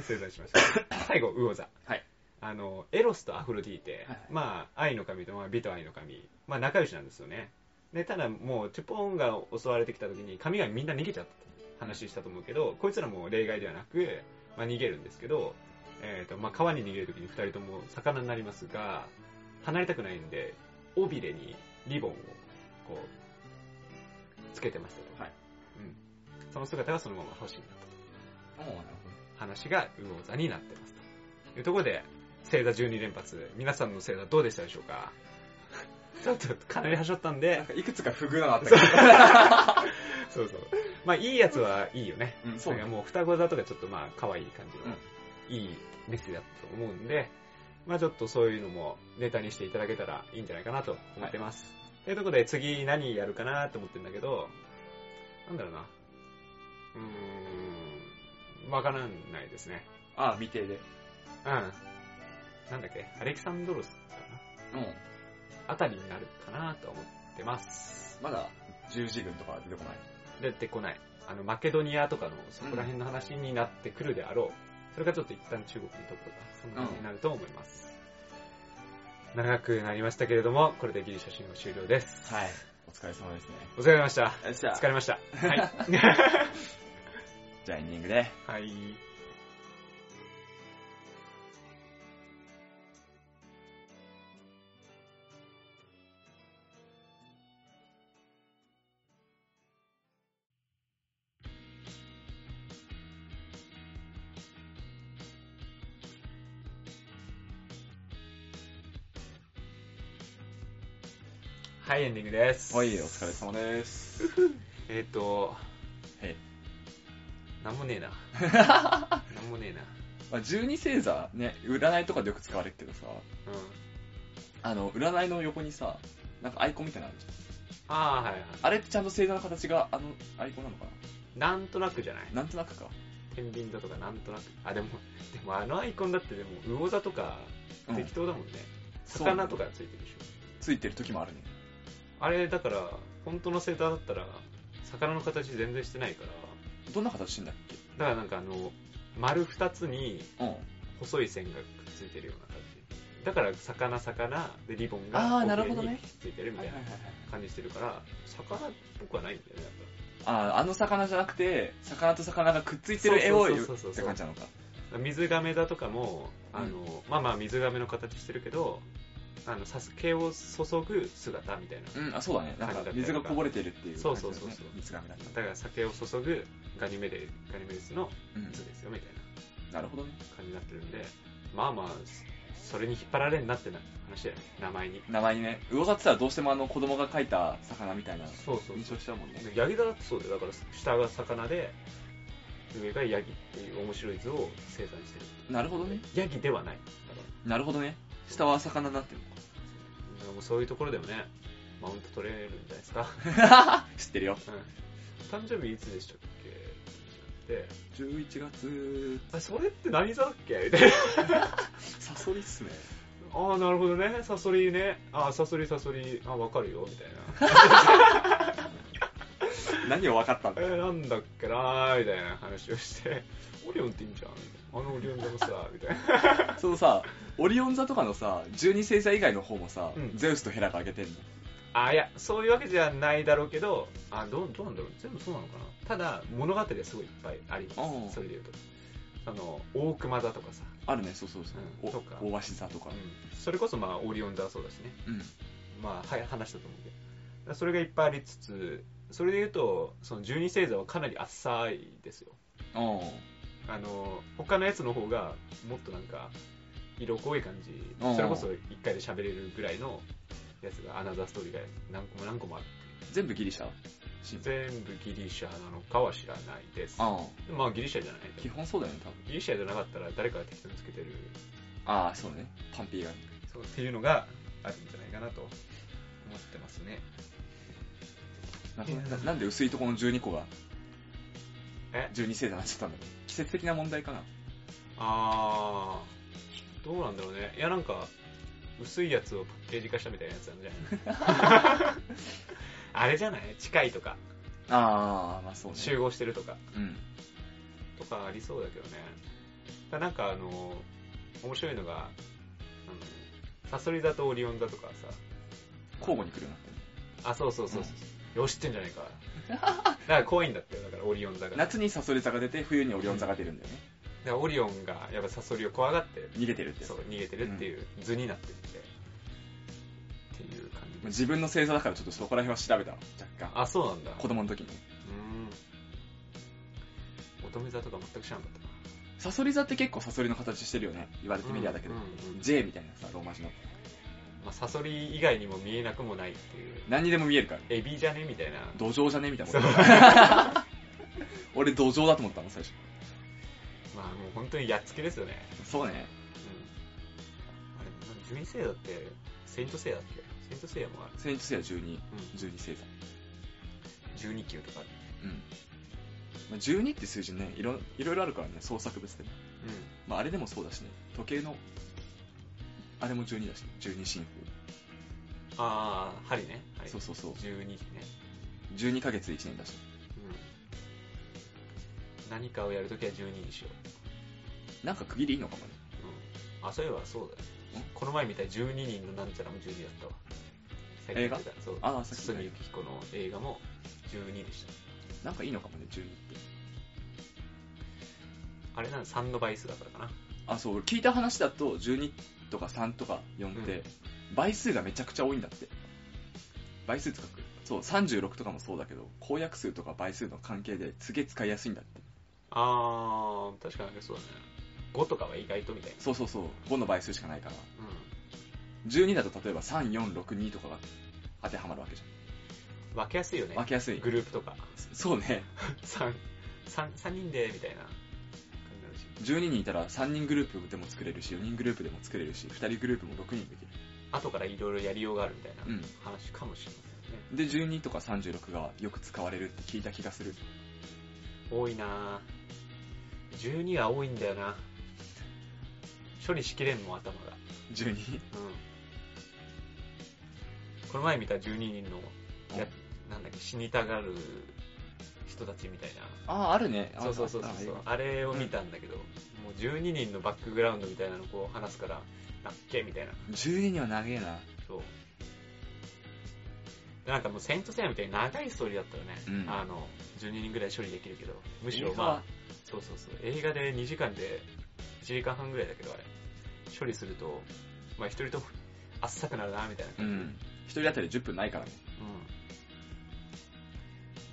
[SPEAKER 1] で生産しました。最後、魚座。
[SPEAKER 2] はい。
[SPEAKER 1] あの、エロスとアフロディーテ、
[SPEAKER 2] はい
[SPEAKER 1] まあ、愛の神と、まあ、美と愛の神、まあ、仲良しなんですよね。で、ただもう、チュポンが襲われてきた時に、神々みんな逃げちゃったって話したと思うけど、こいつらも例外ではなく、まあ、逃げるんですけど、えっ、と、まあ、川に逃げる時に二人とも魚になりますが、離れたくないんで、尾びれにリボンを、こう、つけてましたと。
[SPEAKER 2] はい
[SPEAKER 1] うん。その姿がそのまま星になったと。
[SPEAKER 2] おーなるほ
[SPEAKER 1] 話が魚座になってますと。いうところで、星座12連発、皆さんの星座どうでしたでしょうか ちょっとかなり端折ったん
[SPEAKER 2] ど。
[SPEAKER 1] で
[SPEAKER 2] なん、かいくつか不遇なのあ ったけど。
[SPEAKER 1] そうそう。まあいいやつはいいよね。
[SPEAKER 2] うん、そう
[SPEAKER 1] なん
[SPEAKER 2] ね
[SPEAKER 1] か。もう双子座とかちょっとまあ可愛い感じの、いいメッセージだったと思うんで、まあちょっとそういうのもネタにしていただけたらいいんじゃないかなと思ってます。というところで次何やるかなと思ってんだけど、なんだろうな。うーん、わからないですね。
[SPEAKER 2] ああ、未定で。
[SPEAKER 1] うん。なんだっけ、アレキサンドロスか
[SPEAKER 2] うん。
[SPEAKER 1] なあたりになるかなと思ってます。
[SPEAKER 2] まだ十字軍とか出てこない。
[SPEAKER 1] 出てこない。あの、マケドニアとかのそこら辺の話になってくるであろう。それがちょっと一旦中国にとことか、そんな感じになると思います。長くなりましたけれども、これでギリシャ神話終了です。
[SPEAKER 2] はい。お疲れ様ですね。
[SPEAKER 1] お疲れ様でした。
[SPEAKER 2] よっしゃ
[SPEAKER 1] 疲れました。はい。
[SPEAKER 2] じゃあエンディングで。
[SPEAKER 1] はい。はい、エンディングです。
[SPEAKER 2] はい、お疲れ様です。
[SPEAKER 1] えっ、と、
[SPEAKER 2] はい。
[SPEAKER 1] なんもね えな。なんもねえな。
[SPEAKER 2] まあ、十二星座ね、占いとかでよく使われるけどさ、
[SPEAKER 1] うん。
[SPEAKER 2] あの、占いの横にさ、なんかアイコンみたいなのあるじゃん。
[SPEAKER 1] ああ、はいはい。
[SPEAKER 2] あれってちゃんと星座の形があのアイコンなのか
[SPEAKER 1] なんとなくじゃない
[SPEAKER 2] ななんとなくか。
[SPEAKER 1] 片鱗だとかなんとなくあでもでもあのアイコンだってでも魚座とか
[SPEAKER 2] うん
[SPEAKER 1] 適当だもんね、
[SPEAKER 2] そう
[SPEAKER 1] 魚とかついてるでしょ
[SPEAKER 2] ついてる時もあるね。
[SPEAKER 1] あれだから本当のセーターだったら魚の形全然してないから
[SPEAKER 2] どんな形してんだっけ
[SPEAKER 1] だからなんかあの丸2つに
[SPEAKER 2] うん。
[SPEAKER 1] 細い線がくっついてるような感じだから魚魚でリボン
[SPEAKER 2] あ
[SPEAKER 1] が
[SPEAKER 2] ーなるほ
[SPEAKER 1] 時
[SPEAKER 2] ど
[SPEAKER 1] 計に
[SPEAKER 2] ね
[SPEAKER 1] くっついてるみたいな感じしてるから魚っぽくはないんだよねだか
[SPEAKER 2] ああ、あの魚じゃなくて、魚と魚がくっついてる絵を言う
[SPEAKER 1] そうそうそうそうそう
[SPEAKER 2] って感じなのか。
[SPEAKER 1] ら水亀座とかもあの、
[SPEAKER 2] う
[SPEAKER 1] まあまあ水亀の形してるけどあのさす毛を注ぐ姿みたいな
[SPEAKER 2] うん、あ、そうだね。なんか水がこぼれてるっていう
[SPEAKER 1] そ
[SPEAKER 2] 感
[SPEAKER 1] う
[SPEAKER 2] じだ
[SPEAKER 1] そう
[SPEAKER 2] ね。
[SPEAKER 1] そうそう
[SPEAKER 2] 水がみたいな。
[SPEAKER 1] だから酒を注ぐガニメデガニメデスの
[SPEAKER 2] うん
[SPEAKER 1] 図ですよみたいな
[SPEAKER 2] なるほどね。
[SPEAKER 1] 感じになってるんでまあまあそれに引っ張られんなってな話だよね名前に
[SPEAKER 2] 名前にね、魚座って言ったらどうしてもあの子供が描いた魚みたいな
[SPEAKER 1] そうそう
[SPEAKER 2] 印象しちゃうもんね。
[SPEAKER 1] ヤギ座だってそうだよだから下が魚で上がヤギっていう面白い図を生産してる
[SPEAKER 2] なるほどね。
[SPEAKER 1] ヤギではないだか
[SPEAKER 2] なるほどね。下は魚になってるのから
[SPEAKER 1] だからもうそういうところでもねマウント取れるんじゃないですか、。
[SPEAKER 2] 知ってるよ。
[SPEAKER 1] うん、誕生日いつでしたっけって
[SPEAKER 2] 11月、
[SPEAKER 1] あそれって何座だっけみたいな
[SPEAKER 2] サソリっすね。
[SPEAKER 1] ああなるほどねサソリねああサソリサソリあわかるよみたいな
[SPEAKER 2] 何を分かった んだ
[SPEAKER 1] えなんだっけなーみたいな話をしてオリオンっていいんじゃんみたいなあのオリオンでもさみたいな
[SPEAKER 2] そのさ、オリオン座とかのさ、十二星座以外の方もさ、
[SPEAKER 1] うん
[SPEAKER 2] ゼウスとヘラが挙げてんの。
[SPEAKER 1] あいやそういうわけじゃないだろうけどあどうどうなんだろう全部そうなのかなただ物語はすごいいっぱいあり
[SPEAKER 2] うん
[SPEAKER 1] ますそれでいうとあの大熊座とかさ、
[SPEAKER 2] あるね、そうそうそう。
[SPEAKER 1] うん
[SPEAKER 2] お
[SPEAKER 1] とか
[SPEAKER 2] 大鷲座とか。
[SPEAKER 1] それこそまあオリオン座はそうだしね
[SPEAKER 2] うん。
[SPEAKER 1] まあ、はい、話したと思うんで。だからそれがいっぱいありつつ、それで言うと、その十二星座はかなり浅いですよ。
[SPEAKER 2] おー
[SPEAKER 1] あの、他のやつの方が、もっとなんか、色濃い感じ
[SPEAKER 2] うん。
[SPEAKER 1] それこそ一回で喋れるぐらいのやつが、アナザーストーリーが何個も何個もある。
[SPEAKER 2] 全部ギリシャ神父
[SPEAKER 1] 全部ギリシャなのかは知らないです。
[SPEAKER 2] あ
[SPEAKER 1] まあ、ギリシャじゃない。
[SPEAKER 2] ー基本そうだよね、多分。
[SPEAKER 1] ギリシャじゃなかったら誰かが適当につけてる。
[SPEAKER 2] ああ、そうね。パンピーがね。
[SPEAKER 1] そうっていうのがあるんじゃないかなと思ってますね。
[SPEAKER 2] なななんで薄いとこの12個が
[SPEAKER 1] え
[SPEAKER 2] 12星座になっちゃったんだろう季節的な問題かな
[SPEAKER 1] あー、どうなんだろうね。いや、なんか、薄いやつをパッケージ化したみたいなやつなんじゃない あれじゃない近いとか、
[SPEAKER 2] ああまあそうね
[SPEAKER 1] 集合してるとか、
[SPEAKER 2] うん
[SPEAKER 1] とかありそうだけどね。だなんか、あの、面白いのが、あの、サソリ座とオリオン座とかさ、
[SPEAKER 2] 交互に来るようになって
[SPEAKER 1] あ、そうそうそうそう、よしってんじゃないか。だから怖いんだってよ、だからオリオン座
[SPEAKER 2] る
[SPEAKER 1] が。だか
[SPEAKER 2] 夏にサソリ座が出て冬にオリオン座が出るんだよね
[SPEAKER 1] らオリオンが、やっぱサソリを怖がって、
[SPEAKER 2] 逃げてるってやつ
[SPEAKER 1] そう
[SPEAKER 2] も、
[SPEAKER 1] 逃げてるっていう図になってるって、っていう感じ
[SPEAKER 2] う
[SPEAKER 1] で。
[SPEAKER 2] 自分の星座だからちょっとそこら辺は調べたわ若干
[SPEAKER 1] あ、そうなんだ。
[SPEAKER 2] 子供の時に
[SPEAKER 1] うん。乙女座とか全く知らなかったな。
[SPEAKER 2] サソリ座って結構サソリの形してるよね言われてみりゃだけど、
[SPEAKER 1] うんうんうん
[SPEAKER 2] J みたいなさローマ字の
[SPEAKER 1] まあ、サソリ以外にも見えなくもないっていう。
[SPEAKER 2] 何にでも見えるから
[SPEAKER 1] エビじゃねみたいな。
[SPEAKER 2] 土壌じゃねみたい
[SPEAKER 1] そ
[SPEAKER 2] な
[SPEAKER 1] う。
[SPEAKER 2] 俺土壌だと思ったの最初
[SPEAKER 1] まあもう本当にやっつけですよね。
[SPEAKER 2] そうね
[SPEAKER 1] うん。あれ、なんか十二星座って、セイント星座だっけセイント星座もある。
[SPEAKER 2] 先日星は1212
[SPEAKER 1] うん。
[SPEAKER 2] 星座
[SPEAKER 1] 十二級とかある。
[SPEAKER 2] うんまあ、12って数字ねいろいろいろあるからね創作物でも、
[SPEAKER 1] う
[SPEAKER 2] まあ、あれでもそうだしね時計のあれも12だし、ね、12進
[SPEAKER 1] ん。
[SPEAKER 2] 法、
[SPEAKER 1] ああ、針ね。針。
[SPEAKER 2] そうそうそう
[SPEAKER 1] 十二ね。
[SPEAKER 2] 12ヶ月で1年だし
[SPEAKER 1] うん。何かをやるときは十二にしよ
[SPEAKER 2] なんか区切りいいのかもね
[SPEAKER 1] う。うん。あ、そういえばそうだよ。この前見た12人のなんちゃらも12だったわ。
[SPEAKER 2] 映画
[SPEAKER 1] 最近見たそう。
[SPEAKER 2] ああさっき
[SPEAKER 1] 堤
[SPEAKER 2] の
[SPEAKER 1] 幸彦の映画も12でした。
[SPEAKER 2] なんかいいのかもね12って
[SPEAKER 1] あれなん3の倍数だからかな。
[SPEAKER 2] あそう俺聞いた話だと12とか3とか4って、倍数がめちゃくちゃ多いんだって倍数使くそう36とかもそうだけど公約数とか倍数の関係ですげえ使いやすいんだって
[SPEAKER 1] あー、確かにそうだね。5とかは意外とみたいな。
[SPEAKER 2] そうそうそう5の倍数しかないから
[SPEAKER 1] う
[SPEAKER 2] 12だと例えば3462とかが当てはまるわけじ
[SPEAKER 1] ん。分けやすいよね
[SPEAKER 2] ゃん。分けやすい
[SPEAKER 1] グループとか。
[SPEAKER 2] そうね
[SPEAKER 1] 3、三三人で、みたいな感じになるし。
[SPEAKER 2] 12人いたら3人グループでも作れるし4人グループでも作れるし2人グループも6人できる
[SPEAKER 1] 後からいろいろやりようがあるみたいな
[SPEAKER 2] うん
[SPEAKER 1] 話かもしれませんね。
[SPEAKER 2] で12とか36がよく使われるって聞いた気がする
[SPEAKER 1] 多いなぁ。 12は多いんだよな処理しきれんもん頭が
[SPEAKER 2] 12
[SPEAKER 1] うんこの前見た12人のやなんだっけ死にたがる人たちみたい
[SPEAKER 2] あああるね
[SPEAKER 1] なそうそうそうそうあれを見たんだけど、もう12人のバックグラウンドみたいなのをこう話すからなっけみたいな
[SPEAKER 2] 12には長えな
[SPEAKER 1] そうでなんかもうセイントセイヤみたいに長いストーリーだったよね、
[SPEAKER 2] うん
[SPEAKER 1] あの12人ぐらい処理できるけどむしろまあそうそうそう映画で2時間で1時間半ぐらいだけどあれ処理するとまあ一人ともあっさくなるなみたいな
[SPEAKER 2] う
[SPEAKER 1] 感じで、
[SPEAKER 2] ん一人当たり10分ないからね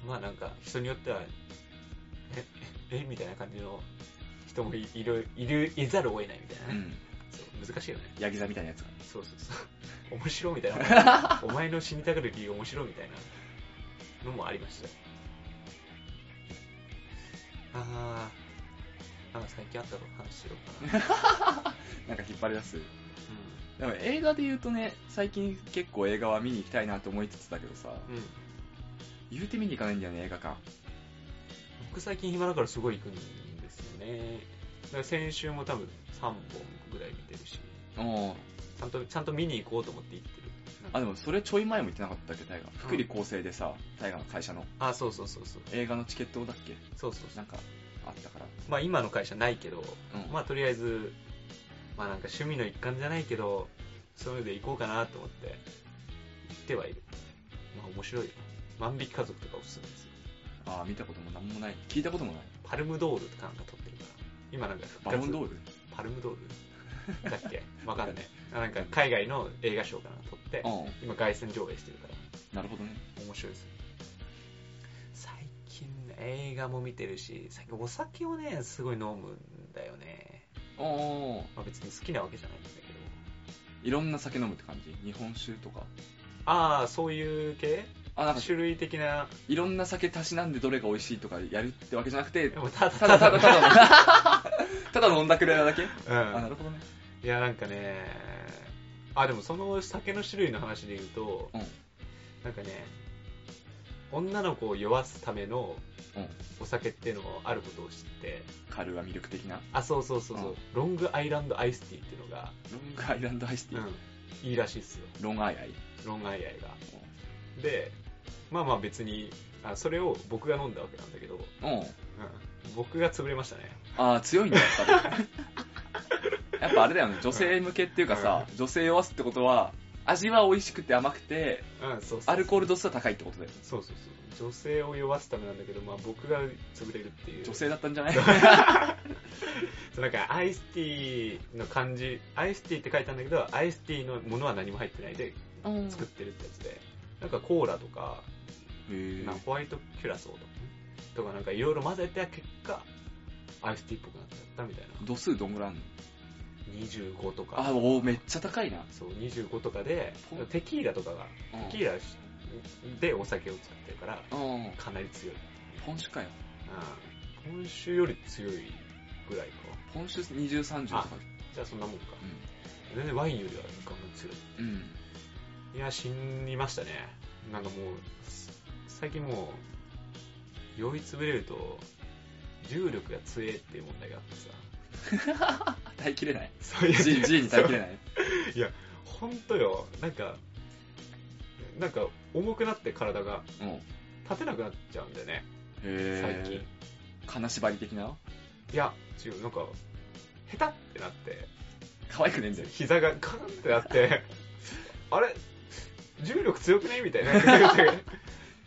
[SPEAKER 1] うんまあなんか人によってはえええみたいな感じの人もいいるいるいざるを得ないみたいなね、そう難しいよね
[SPEAKER 2] ヤギ座みたいなやつが
[SPEAKER 1] そうそうそう。 面白いみたい な。お前の死にたがる理由面白いみたいなのもありました。あー、なんか最近あったこと話しよう かな。
[SPEAKER 2] なんか引っ張り出す
[SPEAKER 1] う
[SPEAKER 2] でも映画で言うとね最近結構映画は見に行きたいなと思いつつだけどさ、
[SPEAKER 1] ん。うん。
[SPEAKER 2] 言うて見に行かないんだよね映画館
[SPEAKER 1] 僕最近暇だからすごい行くんですよね。だから先週も多分3本ぐらい見てるし、
[SPEAKER 2] おー
[SPEAKER 1] ちゃんと、ちゃんと見に行こうと思って行ってる。
[SPEAKER 2] あでもそれちょい前も言ってなかったっけ大河福利厚生でさ大河の会社の
[SPEAKER 1] あ、そうそうそうそう。
[SPEAKER 2] 映画のチケットだっけ
[SPEAKER 1] そうそうそ
[SPEAKER 2] な。
[SPEAKER 1] うん
[SPEAKER 2] かあったから
[SPEAKER 1] まあ今の会社ないけど、
[SPEAKER 2] うん
[SPEAKER 1] まあとりあえず、まあなんか趣味の一環じゃないけど、そういうので行こうかなと思って、行ってはいる。まあ面白いよ。万引き家族とかおすすめですよ。
[SPEAKER 2] ああ見たこともなんもない聞いたこともない
[SPEAKER 1] パルムドールとかなんか撮ってるから。今なんか復
[SPEAKER 2] バ
[SPEAKER 1] 活
[SPEAKER 2] ロンドール
[SPEAKER 1] パルムドールだっ けわかんない。あなんか海外の映画賞かな撮って、
[SPEAKER 2] うん
[SPEAKER 1] 今凱旋上映してるから、
[SPEAKER 2] なるほどね
[SPEAKER 1] 面白いですよ。最近映画も見てるし、最近お酒をね、すごい飲むんだよね。
[SPEAKER 2] おー
[SPEAKER 1] まあ、別に好きなわけじゃないんだけど。
[SPEAKER 2] いろんな酒飲むって感じ日本酒とか
[SPEAKER 1] ああ、そういう系
[SPEAKER 2] あなんか
[SPEAKER 1] 種類的な。
[SPEAKER 2] いろんな酒たしなんでどれが美味しいとかやるってわけじゃなくて
[SPEAKER 1] でもただた
[SPEAKER 2] ただ
[SPEAKER 1] だ
[SPEAKER 2] た
[SPEAKER 1] た
[SPEAKER 2] だ
[SPEAKER 1] だ。
[SPEAKER 2] ただ のただ飲んだくらいなだけ、あな
[SPEAKER 1] う
[SPEAKER 2] るほどね
[SPEAKER 1] ん。いや、なんかね、あ、でもその酒の種類の話で言うと、
[SPEAKER 2] うん
[SPEAKER 1] なんかね、女の子を酔わすための
[SPEAKER 2] うん
[SPEAKER 1] お酒っていうのもあることを知って、
[SPEAKER 2] カルは魅力的な
[SPEAKER 1] あ、そうそうそうそう、
[SPEAKER 2] うん
[SPEAKER 1] ロングアイランドアイスティーっていうのが、
[SPEAKER 2] ロングアイランドアイスティー、
[SPEAKER 1] いいらしいっすよ、
[SPEAKER 2] ロンアイアイ
[SPEAKER 1] ロングアイアイが。で、まあまあ別に、あそれを僕が飲んだわけなんだけど、
[SPEAKER 2] うん
[SPEAKER 1] うん僕が潰れましたね。
[SPEAKER 2] ああ強いんだやっぱりやっぱあれだよね女性向けっていうかさ、女性を合わすってことは味は美味しくて甘くて
[SPEAKER 1] うん、そうそう
[SPEAKER 2] アルコール度数は高いってことだよね
[SPEAKER 1] そうそうそう。女性を酔わすためなんだけど、まあ僕が潰れるっていう。
[SPEAKER 2] 女性だったんじゃない
[SPEAKER 1] そうなんかアイスティーの漢字、アイスティーって書いたんだけど、アイスティーのものは何も入ってないで
[SPEAKER 2] うん
[SPEAKER 1] 作ってるってやつで。なんかコーラとか、
[SPEAKER 2] へー
[SPEAKER 1] なホワイトキュラソーとかね、とかなんかいろいろ混ぜた結果、アイスティーっぽくなっちゃったみたいな。
[SPEAKER 2] 度数どんぐらいあんの
[SPEAKER 1] 25とか。
[SPEAKER 2] あおーめっちゃ高いな、
[SPEAKER 1] そう、25とかで
[SPEAKER 2] ほう、
[SPEAKER 1] テキーラとかが、
[SPEAKER 2] う
[SPEAKER 1] テキーラでお酒を作ってるから、
[SPEAKER 2] んうん
[SPEAKER 1] かなり強い。
[SPEAKER 2] ポン酒かよ
[SPEAKER 1] うん。今週より強いぐらいか。
[SPEAKER 2] ポン酒2030とか
[SPEAKER 1] あじゃあそんなもんか。
[SPEAKER 2] う
[SPEAKER 1] 全然ワインよりはガンガン強い。
[SPEAKER 2] んうん
[SPEAKER 1] いや、死にましたね。なんかもう、最近もう、酔いつぶれると、重力が強えっていう問題があってさ。
[SPEAKER 2] あ耐えきれ ない
[SPEAKER 1] そうい
[SPEAKER 2] G, G に耐えきれ
[SPEAKER 1] ない。
[SPEAKER 2] ない
[SPEAKER 1] ほんとよ、なんか、なんか重くなって体が
[SPEAKER 2] うんへ
[SPEAKER 1] 立てなくなっちゃうんだよね、最近
[SPEAKER 2] え。金縛り的ない
[SPEAKER 1] や、違う、なんか、下手ってなって、
[SPEAKER 2] 可愛くねえんだよ
[SPEAKER 1] 膝がカーンってなって、 あれ重力強くねみたいな。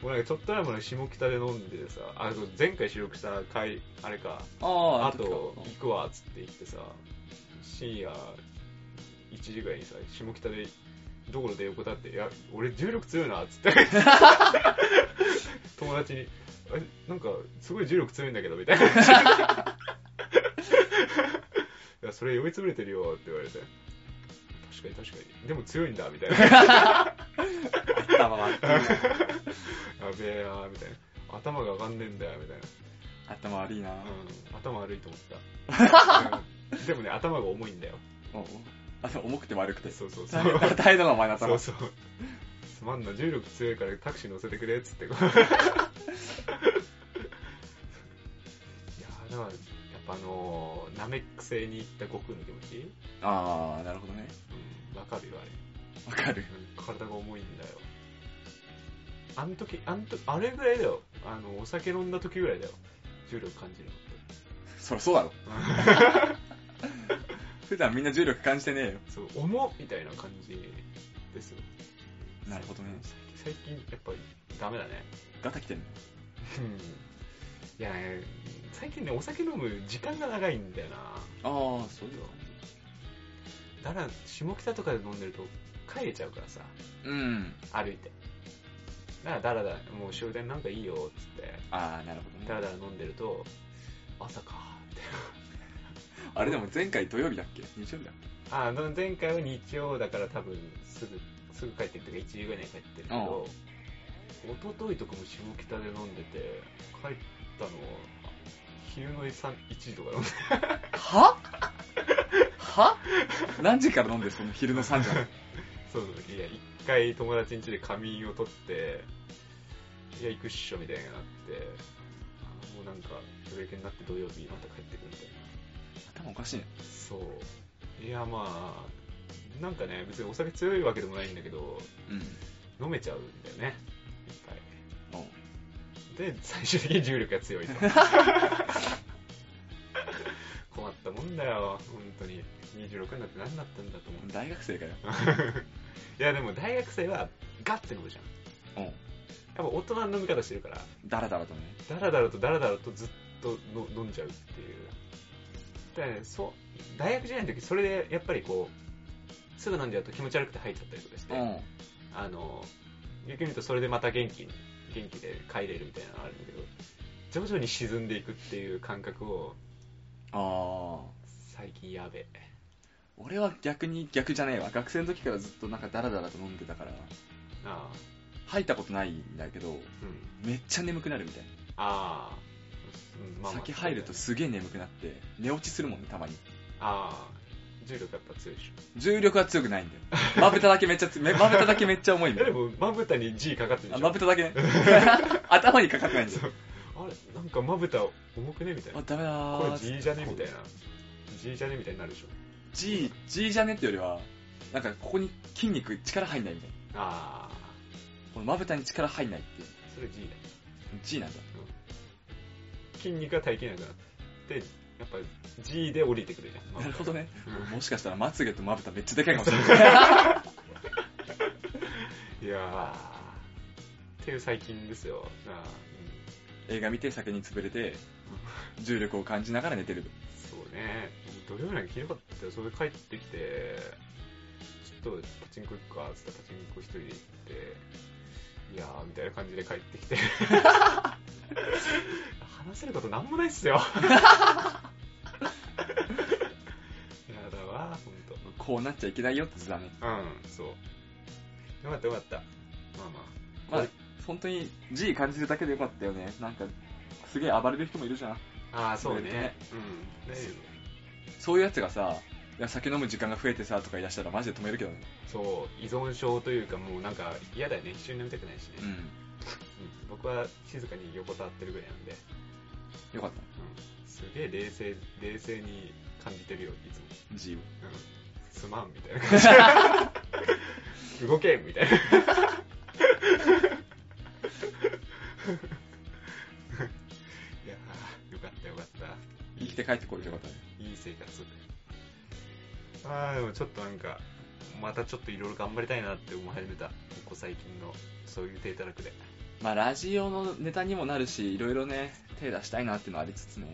[SPEAKER 1] もうなんかちょっと前まで下北で飲んでさ、あそう前回収録した回、あれか、
[SPEAKER 2] ああ
[SPEAKER 1] あと行くわっつって言ってさ、深夜1時ぐらいにさ、下北で道路で横たって、いや、俺重力強いなっつって、友達に、えなんかすごい重力強いんだけどみたいな。いや、それ酔いつぶれてるよって言われて。確かに確かに。でも強いんだ、みたいな。
[SPEAKER 2] 頭悪い
[SPEAKER 1] やべえなみたいな。頭が上がんねえんだよ、みたいな。
[SPEAKER 2] 頭悪いな
[SPEAKER 1] うん、頭悪いと思った。うんでもね、頭が重いんだよ。
[SPEAKER 2] おうあの重くて悪くて
[SPEAKER 1] そうそうそ
[SPEAKER 2] 大
[SPEAKER 1] う。
[SPEAKER 2] 変大変だなお前の
[SPEAKER 1] そ
[SPEAKER 2] 頭
[SPEAKER 1] うそう。すまんな、重力強いからタクシー乗せてくれっつ って。いやーだから、やっあのー、ナメック星に行った悟空の気持ち、
[SPEAKER 2] あー、なるほどね。
[SPEAKER 1] うん、わかるよ、あれ。
[SPEAKER 2] わかる。
[SPEAKER 1] 体が重いんだよ。あの時、あの時、あれぐらいだよ。あの、お酒飲んだ時ぐらいだよ。重力感じるのって。
[SPEAKER 2] そりゃそう だろ。普段みんな重力感じてねえよ。
[SPEAKER 1] そう、重っみたいな感じですよ。
[SPEAKER 2] なるほどね。
[SPEAKER 1] 最近、やっぱり、ダメだね。
[SPEAKER 2] ガタきてんの。
[SPEAKER 1] うんいやね、最近ね、お酒飲む時間が長いんだよな。
[SPEAKER 2] あー、そういう
[SPEAKER 1] だから、下北とかで飲んでると、帰れちゃうからさ、
[SPEAKER 2] うん。
[SPEAKER 1] 歩いて。だから、だらだら、もう終電なんかいいよ、つって、
[SPEAKER 2] あー、なるほ
[SPEAKER 1] だ
[SPEAKER 2] ど
[SPEAKER 1] ら
[SPEAKER 2] ね。
[SPEAKER 1] だら飲んでると、朝か、って。
[SPEAKER 2] あれでも前回土曜日だっけ日曜日だっ
[SPEAKER 1] あの、前回は日曜だから多分、すぐ、すぐ帰ってるというか、1時ぐらいには帰ってるけど、一昨日とかも下北で飲んでて、帰ったの、昼の3 1時とか飲んで
[SPEAKER 2] けはは何時から飲んでその昼の3時なの
[SPEAKER 1] そうそういや、一回友達ん家で仮眠を取って、いや、行くっしょみたいになって、あもうなんか、ブレーキになって土曜日また帰ってくるみたいな。
[SPEAKER 2] 頭おかしいね。
[SPEAKER 1] そう。いや、まあ、なんかね、別にお酒強いわけでもないんだけど、
[SPEAKER 2] うん。
[SPEAKER 1] 飲めちゃうんだよね。いっぱい。
[SPEAKER 2] おう
[SPEAKER 1] で、最終的に重力が強いと。困ったもんだよ、本当に。26になって何になったんだと思う。
[SPEAKER 2] 大学生かよ。
[SPEAKER 1] いや、でも大学生はガッて飲むじゃん。
[SPEAKER 2] うん。
[SPEAKER 1] やっぱ大人の飲み方してるから、
[SPEAKER 2] ダラダラとね。
[SPEAKER 1] ダラダラとダラダラとずっとの飲んじゃうっていう。だからね、そう、大学時代の時、それでやっぱりこう、すぐ飲んじゃうと気持ち悪くて入っちゃったりとかして、
[SPEAKER 2] ん。
[SPEAKER 1] あの、逆に言うとそれでまた元気に、元気で帰れるみたいなのがあるんだけど、徐々に沈んでいくっていう感覚を、
[SPEAKER 2] あー。
[SPEAKER 1] 最近やべえ。
[SPEAKER 2] 俺は逆に逆じゃねえわ学生の時からずっとなんかダラダラと飲んでたから
[SPEAKER 1] ああ、
[SPEAKER 2] 吐いたことないんだけど
[SPEAKER 1] うん。
[SPEAKER 2] めっちゃ眠くなるみたいな、
[SPEAKER 1] ああ、うん
[SPEAKER 2] 酒入るとすげえ眠くなって寝落ちするもんねたまに
[SPEAKER 1] ああ、重力やっぱ強いでしょ。
[SPEAKER 2] 重力は強くないんだよまぶただけめっちゃつめまぶただけめっちゃ重いん
[SPEAKER 1] い
[SPEAKER 2] だ
[SPEAKER 1] やで
[SPEAKER 2] よ
[SPEAKER 1] も、まぶたに G かかってるで
[SPEAKER 2] あ
[SPEAKER 1] しょ。
[SPEAKER 2] まぶた だけね頭にかかってないんだよ
[SPEAKER 1] そうあれなんかまぶた重くねみたいな
[SPEAKER 2] あダメだー
[SPEAKER 1] これ G じゃねみたいな G じゃねみたいになるでしょ
[SPEAKER 2] G, G じゃねってよりはなんかここに筋肉力入んないみたい
[SPEAKER 1] あ
[SPEAKER 2] なこのまぶたに力入んないっていう
[SPEAKER 1] あそれ G だ
[SPEAKER 2] G なんだ
[SPEAKER 1] 筋肉が耐えきれなくなってやっぱ G で降りてくるじゃんまぶ
[SPEAKER 2] な
[SPEAKER 1] た
[SPEAKER 2] る ほどね
[SPEAKER 1] う
[SPEAKER 2] もしかしたらまつげとまぶためっちゃでかいかもしれない
[SPEAKER 1] んいやーっていう最近ですよああ、う
[SPEAKER 2] 映画見て酒に潰れて重力を感じながら寝てる
[SPEAKER 1] ん、そうね土曜日なんかひどかったよそれで帰ってきてちょっとパチンコ行くかっつったらパチンコ一人で行っていやーみたいな感じで帰って きて話せることなんもないっすよ やだわほんと
[SPEAKER 2] こうなっちゃいけないよって図だね
[SPEAKER 1] うんそうよかったよかったまあま
[SPEAKER 2] まあ本当に G 感じるだけでよかったよねなんかすげえ暴れる人もいるじゃん
[SPEAKER 1] あああそうね
[SPEAKER 2] そうね
[SPEAKER 1] うんね
[SPEAKER 2] そういうやつがさいや酒飲む時間が増えてさとか言い出したらマジで止めるけどね
[SPEAKER 1] そう依存症というかもうなんか嫌だよね一緒に飲みたくないしね、
[SPEAKER 2] うん
[SPEAKER 1] うん僕は静かに横たわってるぐらいなんで、
[SPEAKER 2] よかっ
[SPEAKER 1] すげえ冷静、冷静に感じてるよ、いつも。
[SPEAKER 2] た G
[SPEAKER 1] う
[SPEAKER 2] を
[SPEAKER 1] んすまん、みたいな感 じ。動け、みたいな。いやーよかったよかった。
[SPEAKER 2] 生きて帰ってこれてよかったね
[SPEAKER 1] いい生活。あー、でもちょっとなんか、またちょっといろいろ頑張りたいなって思い始めた。ここ最近の、そういう手たらくで。
[SPEAKER 2] まあラジオのネタにもなるしいろいろね手出したいなっていうのはありつつね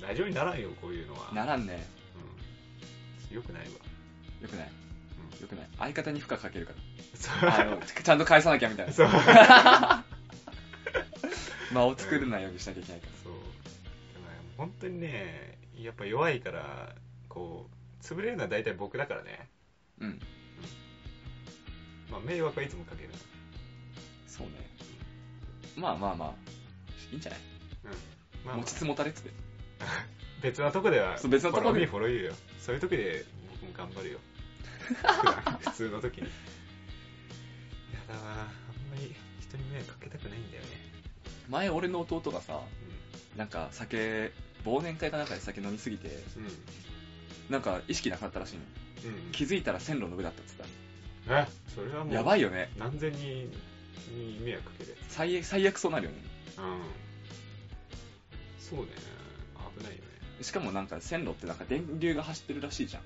[SPEAKER 1] うん。大丈夫にならんよ、こういうのは。
[SPEAKER 2] ならんね
[SPEAKER 1] うん。よくないわ。
[SPEAKER 2] よくない
[SPEAKER 1] うん
[SPEAKER 2] よくない相方に負荷かけるか
[SPEAKER 1] そう
[SPEAKER 2] らあのちゃんと返さなきゃみたいな
[SPEAKER 1] そう。
[SPEAKER 2] 間を作るないようにしなきゃいけないから
[SPEAKER 1] そう。でもね本当にね、やっぱ弱いから、こう、潰れるのは大体僕だからね。
[SPEAKER 2] うん
[SPEAKER 1] まあ、迷惑はいつもかける。
[SPEAKER 2] そうね。まあまあまあ、いいんじゃない、
[SPEAKER 1] まあ、
[SPEAKER 2] 持ちつ持たれつで。
[SPEAKER 1] 別のとこでは、
[SPEAKER 2] そう別のと
[SPEAKER 1] フォロ
[SPEAKER 2] こで
[SPEAKER 1] ーミーフォローユーよ。そういう時で僕も頑張る よ。普段普通の時に。いやだわ、あんまり人に迷惑かけたくないんだよね。
[SPEAKER 2] 前俺の弟がさ、
[SPEAKER 1] う
[SPEAKER 2] なんか酒、忘年会かなんかで酒飲みすぎて、
[SPEAKER 1] うん。
[SPEAKER 2] なんか意識なくなったらしいの。
[SPEAKER 1] うん。
[SPEAKER 2] 気づいたら線路の上だったって言って
[SPEAKER 1] え、それはもう、
[SPEAKER 2] た。やばいよね。
[SPEAKER 1] 完全に、に迷惑かける。
[SPEAKER 2] 最悪、最悪そうなるよね。
[SPEAKER 1] うん。そうね。危ないよね。
[SPEAKER 2] しかもなんか線路ってなんか電流が走ってるらしいじゃん。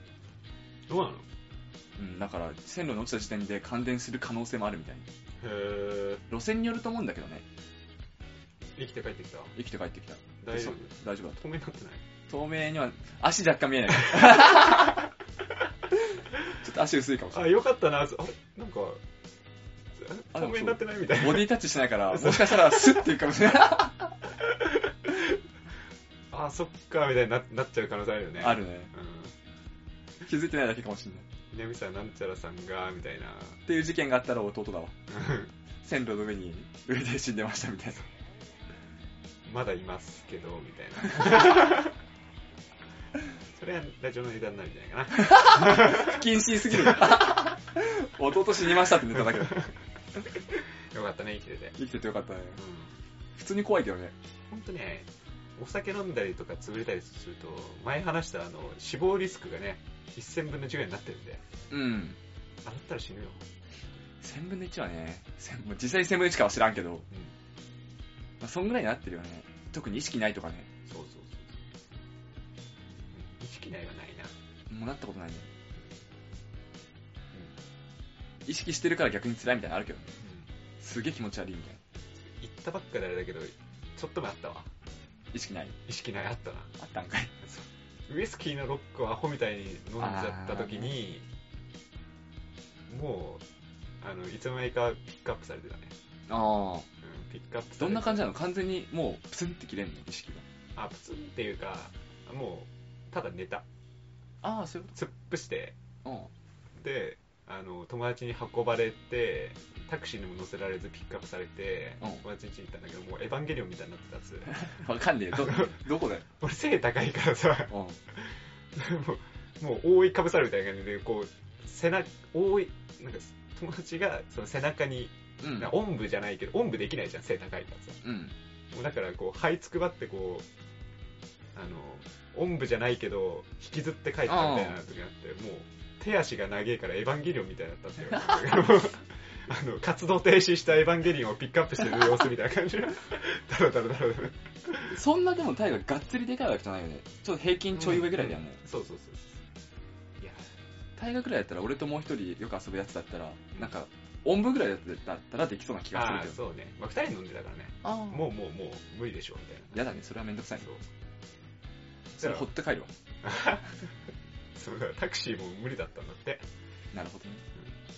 [SPEAKER 1] どうなの
[SPEAKER 2] うん、だから線路に落ちた時点で感電する可能性もあるみたいな。
[SPEAKER 1] へ
[SPEAKER 2] 路線によると思うんだけどね。
[SPEAKER 1] ー生きて帰ってきた。
[SPEAKER 2] 生きて帰ってきた。
[SPEAKER 1] 大丈夫
[SPEAKER 2] でそう大丈夫だ
[SPEAKER 1] 透明になってない
[SPEAKER 2] と。透明には、足若干見えない ちょっと足薄いかもしれ
[SPEAKER 1] あ、よかったな。あれなんか、え
[SPEAKER 2] あ
[SPEAKER 1] 透明
[SPEAKER 2] でもそう
[SPEAKER 1] になってないみたい
[SPEAKER 2] な。。
[SPEAKER 1] ない
[SPEAKER 2] ボディタッチしないから、もしかしたらスッていくかもしれ ない。
[SPEAKER 1] あ、そっか、みたいにななっちゃう可能性あるよね。
[SPEAKER 2] あ。るね。
[SPEAKER 1] うん。
[SPEAKER 2] 気づいてないだけかもしれない。
[SPEAKER 1] 南さんなんちゃらさんが、みたいな。
[SPEAKER 2] っていう事件があったら弟だわ。線路の上に、上で死んでましたみたいな。
[SPEAKER 1] まだいますけど、みたいな。 それはラジオのネタになるんじゃないかな。
[SPEAKER 2] 不謹慎すぎる。 弟死にましたってネタだけど。
[SPEAKER 1] よかったね、生きてて。
[SPEAKER 2] 生きててよかったね。
[SPEAKER 1] うん。
[SPEAKER 2] 普通に怖いけどね。
[SPEAKER 1] ほんとね、お酒飲んだりとか潰れたりすると、前話したあの、死亡リスクがね、1000分の1ぐらいになってるんで、
[SPEAKER 2] うん。
[SPEAKER 1] あなったら死ぬよ。
[SPEAKER 2] 1000分の1はね、1000もう実際1000分の1かは知らんけど、
[SPEAKER 1] うん。
[SPEAKER 2] まあ、そんぐらいになってるよね。特に意識ないとかね。
[SPEAKER 1] そうそうそううん。意識ないはないな。
[SPEAKER 2] もうなったことないね。意識してるから逆に辛いみたいなのあるけどね。
[SPEAKER 1] うん。
[SPEAKER 2] すげえ気持ち悪いみたいな。
[SPEAKER 1] 言ったばっかであれだけど、ちょっともあったわ。
[SPEAKER 2] 意識ない。
[SPEAKER 1] 意識ないあったな。
[SPEAKER 2] あったんかい。
[SPEAKER 1] ウイスキーのロックをアホみたいに飲んじゃった時に、もう、あの、いつの間にかピックアップされてたね。
[SPEAKER 2] ああ。
[SPEAKER 1] うん、ピックアップされて
[SPEAKER 2] どんな感じなの完全にもうプツンって切れんの意識が。
[SPEAKER 1] あ、プツンっていうか、もう、ただ寝た。
[SPEAKER 2] ああ、そういう
[SPEAKER 1] 突っ伏して、
[SPEAKER 2] こ
[SPEAKER 1] で、あの、友達に運ばれて、タクシーにも乗せられずピックアップされて、
[SPEAKER 2] うん
[SPEAKER 1] 友達に家に行ったんだけど、もうエヴァンゲリオンみたいになってたやつ。
[SPEAKER 2] と。うん。わかんねえよ。ど、どこだよ。
[SPEAKER 1] 俺背高いからさ、
[SPEAKER 2] うん。
[SPEAKER 1] もう、もう覆いかぶさるみたいな感じで、こう、背中、覆い、なんか、友達がその背中に、
[SPEAKER 2] うん。
[SPEAKER 1] おんぶじゃないけど、おんぶできないじゃん、背高いからさ。
[SPEAKER 2] うん。
[SPEAKER 1] もうだから、こう、這いつくばって、こう、あの、おんぶじゃないけど、引きずって帰ったみたいな時があって、もう、手足が長えからエヴァンゲリオンみたいだった んだよ。あの、活動停止したエヴァンゲリオンをピックアップしてる様子みたいな感じで、だろだろだろだろ。
[SPEAKER 2] そんなでもタイががっつりでかいわけじゃないよね。ちょっと平均 ちょい上ぐらいだよね。
[SPEAKER 1] そうそうそうそう。いや、
[SPEAKER 2] 大学ぐらいだったら俺ともう一人よく遊ぶやつだったら、なんか、おんぶぐらいだったらできそうな気がする
[SPEAKER 1] あ
[SPEAKER 2] け
[SPEAKER 1] ー
[SPEAKER 2] ど。
[SPEAKER 1] そうね。まあ、二人飲んでたからね。
[SPEAKER 2] ああ。
[SPEAKER 1] もうもうもう無理でしょみたい
[SPEAKER 2] やだね、それはめんどくさ
[SPEAKER 1] ない
[SPEAKER 2] ね。
[SPEAKER 1] そう
[SPEAKER 2] それほって帰るわ。
[SPEAKER 1] そうだからタクシーも無理だったんだって
[SPEAKER 2] なるほどね。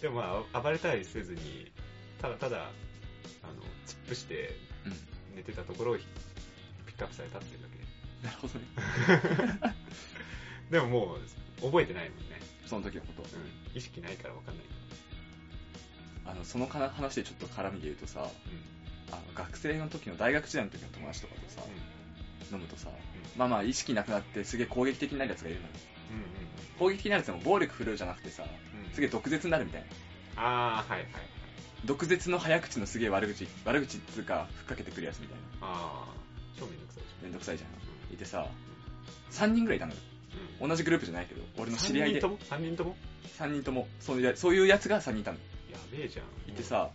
[SPEAKER 1] でもまあ暴れたりせずにただただあの突っ伏して
[SPEAKER 2] うん。
[SPEAKER 1] 寝てたところをひピックアップされたっていうだ
[SPEAKER 2] なるほどね。
[SPEAKER 1] けでももう覚えてないもんね、
[SPEAKER 2] その時の
[SPEAKER 1] う
[SPEAKER 2] こと。
[SPEAKER 1] ん、意識ないから分かんない
[SPEAKER 2] あの、そのか話でちょっと絡みで言うとさ、あの学生の時の大学時代の時の友達とかとさ、飲むとさ、まあまあ意識なくなってすげえ攻撃的になるやつがいるのよ。
[SPEAKER 1] うんうん
[SPEAKER 2] 攻撃的になるやつも暴力振るうじゃなくてさ、
[SPEAKER 1] うんうん
[SPEAKER 2] すげえ毒舌になるみたいな。
[SPEAKER 1] ああはいはい
[SPEAKER 2] 毒舌の早口のすげえ悪口、悪口っつうか、ふっかけてくるやつみたいな。
[SPEAKER 1] ああ超めんどくさいでし
[SPEAKER 2] めんどくさいじゃ
[SPEAKER 1] ょ
[SPEAKER 2] ん。いてさ、3人ぐらいいたのよ。
[SPEAKER 1] うん
[SPEAKER 2] 同じグループじゃないけど、俺の知り合いで
[SPEAKER 1] 3人と、も三人とも
[SPEAKER 2] 3人とも、そういうやそういうやつが3人いたの。
[SPEAKER 1] やべえじゃん
[SPEAKER 2] いてさ、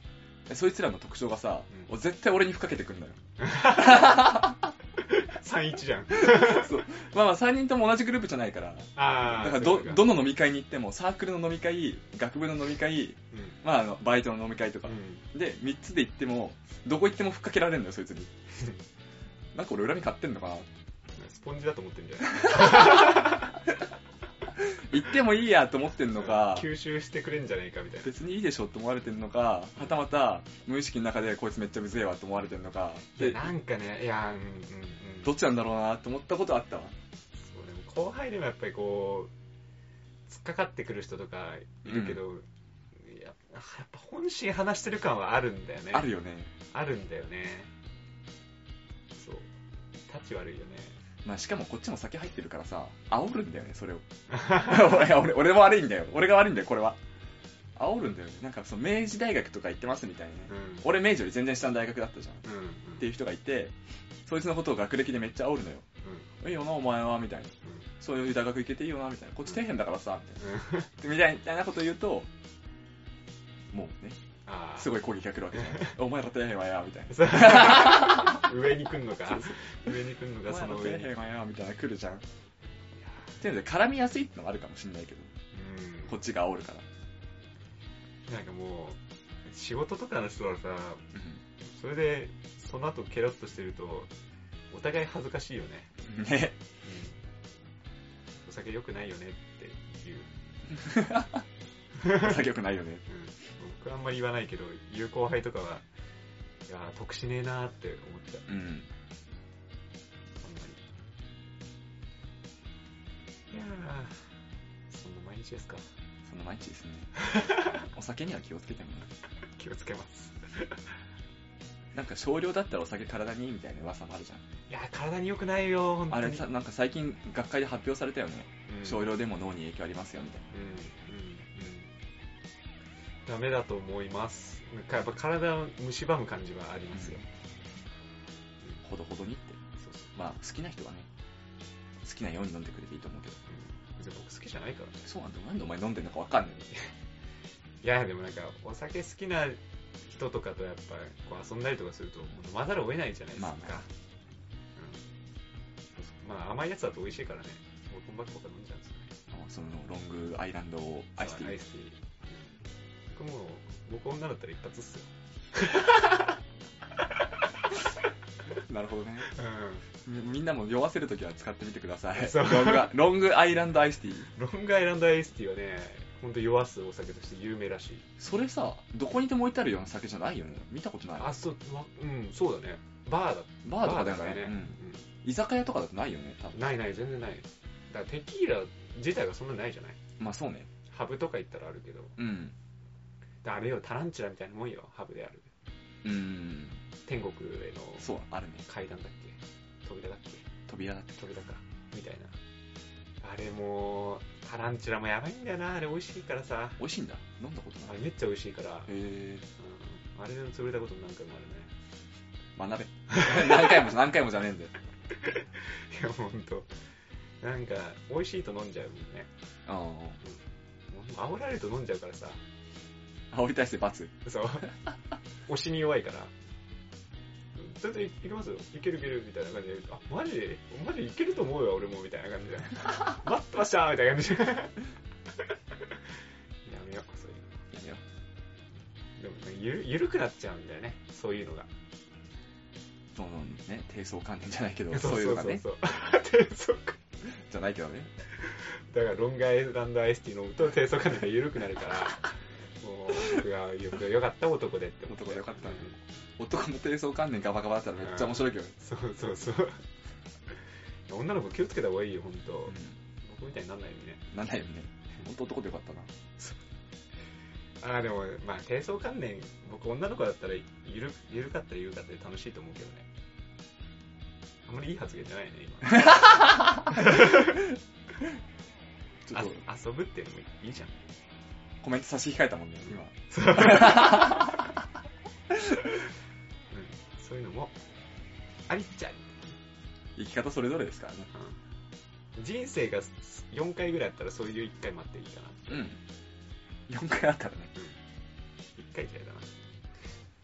[SPEAKER 2] そいつらの特徴がさ、
[SPEAKER 1] うん
[SPEAKER 2] お絶対俺にふっかけて くんのよ。
[SPEAKER 1] 31じゃん
[SPEAKER 2] そう。まあまあ3人とも同じグループじゃないから、
[SPEAKER 1] ああ
[SPEAKER 2] だから
[SPEAKER 1] そうい
[SPEAKER 2] ど
[SPEAKER 1] うこ、と
[SPEAKER 2] どの飲み会に行っても、サークルの飲み会、学部の飲み会、まああの、バイトの飲み会とか
[SPEAKER 1] うん、うん
[SPEAKER 2] で、3つで行っても、どこ行ってもふっかけられるんだよ、そ いつに。なんか俺恨み買ってんのかな
[SPEAKER 1] スポンジだと思ってんじゃない
[SPEAKER 2] 行ってもいいやと思ってんのか、
[SPEAKER 1] 吸収してくれんじゃないかみたいな。
[SPEAKER 2] 別にいいでしょって思われてんのか、はたまた無意識の中でこいつめっちゃうぜえわと思われてんのか、
[SPEAKER 1] い
[SPEAKER 2] で
[SPEAKER 1] や、なんかね、いや、うんうんうん。
[SPEAKER 2] どっちなんだろうなと思ったことあったわ。
[SPEAKER 1] そうでも後輩でもやっぱりこう、突っかかってくる人とかいるけど、いややっぱ本心話してる感はあるんだよね。
[SPEAKER 2] あるよね。
[SPEAKER 1] あるんだよね。そう。立ち悪いよね。
[SPEAKER 2] まあしかもこっちも酒入ってるからさ、煽るんだよね、そ れを。俺、俺、俺も悪いんだよ。俺が悪いんだよ、これは。煽るんだよね。なんかその明治大学とか行ってますみたいなね。
[SPEAKER 1] うん。
[SPEAKER 2] 俺明治より全然下の大学だったじゃん。っ
[SPEAKER 1] うん。うん。
[SPEAKER 2] ていう人がいて、そいつのことを学歴でめっちゃ煽るのよ。いいよな、お前は、みたいな。そういう大学行けていいよな、みたいな。こっち底辺だからさ、み たいな。みたいなこと言うと、もうね、
[SPEAKER 1] ああ。
[SPEAKER 2] すごい攻撃が来るわけじゃない。 お前ら底辺はや、みたいな。
[SPEAKER 1] そう上に来んのか。上に来んの
[SPEAKER 2] お
[SPEAKER 1] か、そ
[SPEAKER 2] 前ら
[SPEAKER 1] の
[SPEAKER 2] 底
[SPEAKER 1] 上に。
[SPEAKER 2] 辺はや、みたいな来るじゃん。っていうので、絡みやすいってのもあるかもしんないけど、
[SPEAKER 1] うん
[SPEAKER 2] こっちが煽るから。
[SPEAKER 1] なんかもう、仕事とかの人はさ、それで、その後ケロッとしてると、お互い恥ずかしいよね。
[SPEAKER 2] ね。
[SPEAKER 1] お酒良くないよねっていう。
[SPEAKER 2] 作曲ないよね。
[SPEAKER 1] うん僕はあんまり言わないけど、言う後輩とかは、いやー、得しねえなーって思ってた。あ
[SPEAKER 2] うん。
[SPEAKER 1] んまり。いやー、そんな毎日ですか。
[SPEAKER 2] その毎日 ですね。お酒には気をつけてもらう
[SPEAKER 1] 気をつけます。
[SPEAKER 2] なんか少量だったらお酒体にいいみたいな噂もあるじゃん。
[SPEAKER 1] いやー、体に良くないよー、本当
[SPEAKER 2] あ
[SPEAKER 1] に。
[SPEAKER 2] れさ、なんか最近学会で発表されたよね。
[SPEAKER 1] うん
[SPEAKER 2] 少量でも脳に影響ありますよ、みたい
[SPEAKER 1] うん、うん、うん。ダメだと思います。なんかやっぱ体を蝕む感じはありますよ。
[SPEAKER 2] な。ほどほどにって。
[SPEAKER 1] そうそう。
[SPEAKER 2] まあ、好きな人はね、好きなように飲んでくれていいと思うけど。
[SPEAKER 1] うん別に僕好きじゃないから。
[SPEAKER 2] そうなんだよ。なんでお前飲んでんのかわかんない。
[SPEAKER 1] いや、でもなんか、お酒好きな人とかとやっぱ、こう遊んだりとかすると、飲まざるを得ないじゃないですか。
[SPEAKER 2] まあまあ
[SPEAKER 1] うん。まあ、甘いやつだと美味しいからね。ボトンバッグとか飲んじゃうんですよね。
[SPEAKER 2] あそのロングアイランドをアイスティ
[SPEAKER 1] アイ
[SPEAKER 2] ー。
[SPEAKER 1] スティー。僕もう、僕女だったら一発っすよ。
[SPEAKER 2] なるほどね。
[SPEAKER 1] う
[SPEAKER 2] み みんなも酔わせるときは使ってみてくださ い。
[SPEAKER 1] そう
[SPEAKER 2] ロングアロングアイランドアイスティー。
[SPEAKER 1] ん。ロングアイランドアイスティーはね、ほんと弱すお酒として有名らしい。
[SPEAKER 2] それさ、どこにでも置いてあるような酒じゃないよね。見たことない。
[SPEAKER 1] あ、そう、わうん、そうだね。バーだ。
[SPEAKER 2] バーとかだよね
[SPEAKER 1] バーだ
[SPEAKER 2] う
[SPEAKER 1] ね
[SPEAKER 2] ん。居酒屋とかだとないよね、多
[SPEAKER 1] う
[SPEAKER 2] 分
[SPEAKER 1] ん。。ないない、全然ない。だからテキーラ自体がそんなないじゃない
[SPEAKER 2] まあそうね。
[SPEAKER 1] ハブとか行ったらあるけど。
[SPEAKER 2] うん。
[SPEAKER 1] あれよ、タランチュラみたいなもんよ、ハブである。
[SPEAKER 2] うん。
[SPEAKER 1] 天国への
[SPEAKER 2] そう、あるね。
[SPEAKER 1] 階段だっけ扉だっけ
[SPEAKER 2] 扉だって。
[SPEAKER 1] 扉か。みたいな。あれもう、タランチュラもやばいんだよな、あれ美味しいからさ。
[SPEAKER 2] 美味しいんだ。飲んだこと
[SPEAKER 1] あ
[SPEAKER 2] ない。
[SPEAKER 1] れ
[SPEAKER 2] へ
[SPEAKER 1] めっちゃ美味しいから、
[SPEAKER 2] え。
[SPEAKER 1] うん、あれで潰れたことなんかもある
[SPEAKER 2] 学べ。 何回も、何回もじゃねえんだよ。
[SPEAKER 1] ね。いや、ほんと。なんか、美味しいと飲んじゃうもんね。
[SPEAKER 2] う
[SPEAKER 1] もう煽られると飲んじゃうからさ。
[SPEAKER 2] ん。煽り対して罰。
[SPEAKER 1] そう。押しに弱いから。全然いけますよ。いけるいけるみたいな感じで。あ、マジマジいけると思うよ、俺も。みたいな感じ で。待ってましたみたいな感じで。 やめよう、そういう
[SPEAKER 2] やめよ
[SPEAKER 1] の。でもゆる、ゆるくなっちゃうんだよね。そういうのが。
[SPEAKER 2] う。そのね、低層観念じゃないけど、そういうのがね。
[SPEAKER 1] そうそう そう。低速
[SPEAKER 2] じゃないけどね。
[SPEAKER 1] だから、ロングアイランドアイスティー飲むと低速感が緩くなるから、もう、僕がよく良かった男でって思って。
[SPEAKER 2] 男でよかったね男の低層観念ガバガバだったらめっちゃ面白いけどね。
[SPEAKER 1] そうそうそう。女の子気をつけた方がいいよ、ほんと。僕みたいになんないようにね。
[SPEAKER 2] うん。なんないよね。本当男でよかったな。
[SPEAKER 1] ああ、でも、まあ、低層関連、僕女の子だったら、ゆる、ゆるかったらゆるかったで楽しいと思うけどね。あんまりいい発言じゃないね、
[SPEAKER 2] ちょ
[SPEAKER 1] 今
[SPEAKER 2] っと、。
[SPEAKER 1] あ遊ぶっていうのもいいじゃん。
[SPEAKER 2] コメント差し控えたもんね、今。
[SPEAKER 1] うん。そういうのも、ありっちゃあり。
[SPEAKER 2] 生き方それぞれですからね。
[SPEAKER 1] うん。人生が4回ぐらいあったら、そういう1回待っていいかな。
[SPEAKER 2] うん。4回あったらね。
[SPEAKER 1] 1回嫌いだな。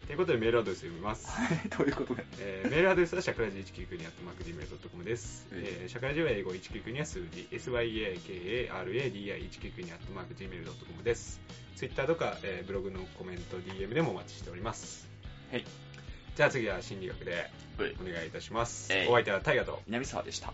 [SPEAKER 1] ということで、メールアドレス読みます。
[SPEAKER 2] はい、ということで。
[SPEAKER 1] えーメールアドレスはシャクラジ199にあってマーク Gmail.com です。
[SPEAKER 2] はい
[SPEAKER 1] えーシャクラジは英語199には数字、syakaradia199 にあってマーク Gmail.com です。ツイッターとか、えーブログのコメント、DM でもお待ちしております。
[SPEAKER 2] はい。
[SPEAKER 1] じゃあ次は心理学で
[SPEAKER 2] はい
[SPEAKER 1] お願いいたします
[SPEAKER 2] えい。
[SPEAKER 1] お相手はタイガと。
[SPEAKER 2] 南沢でした。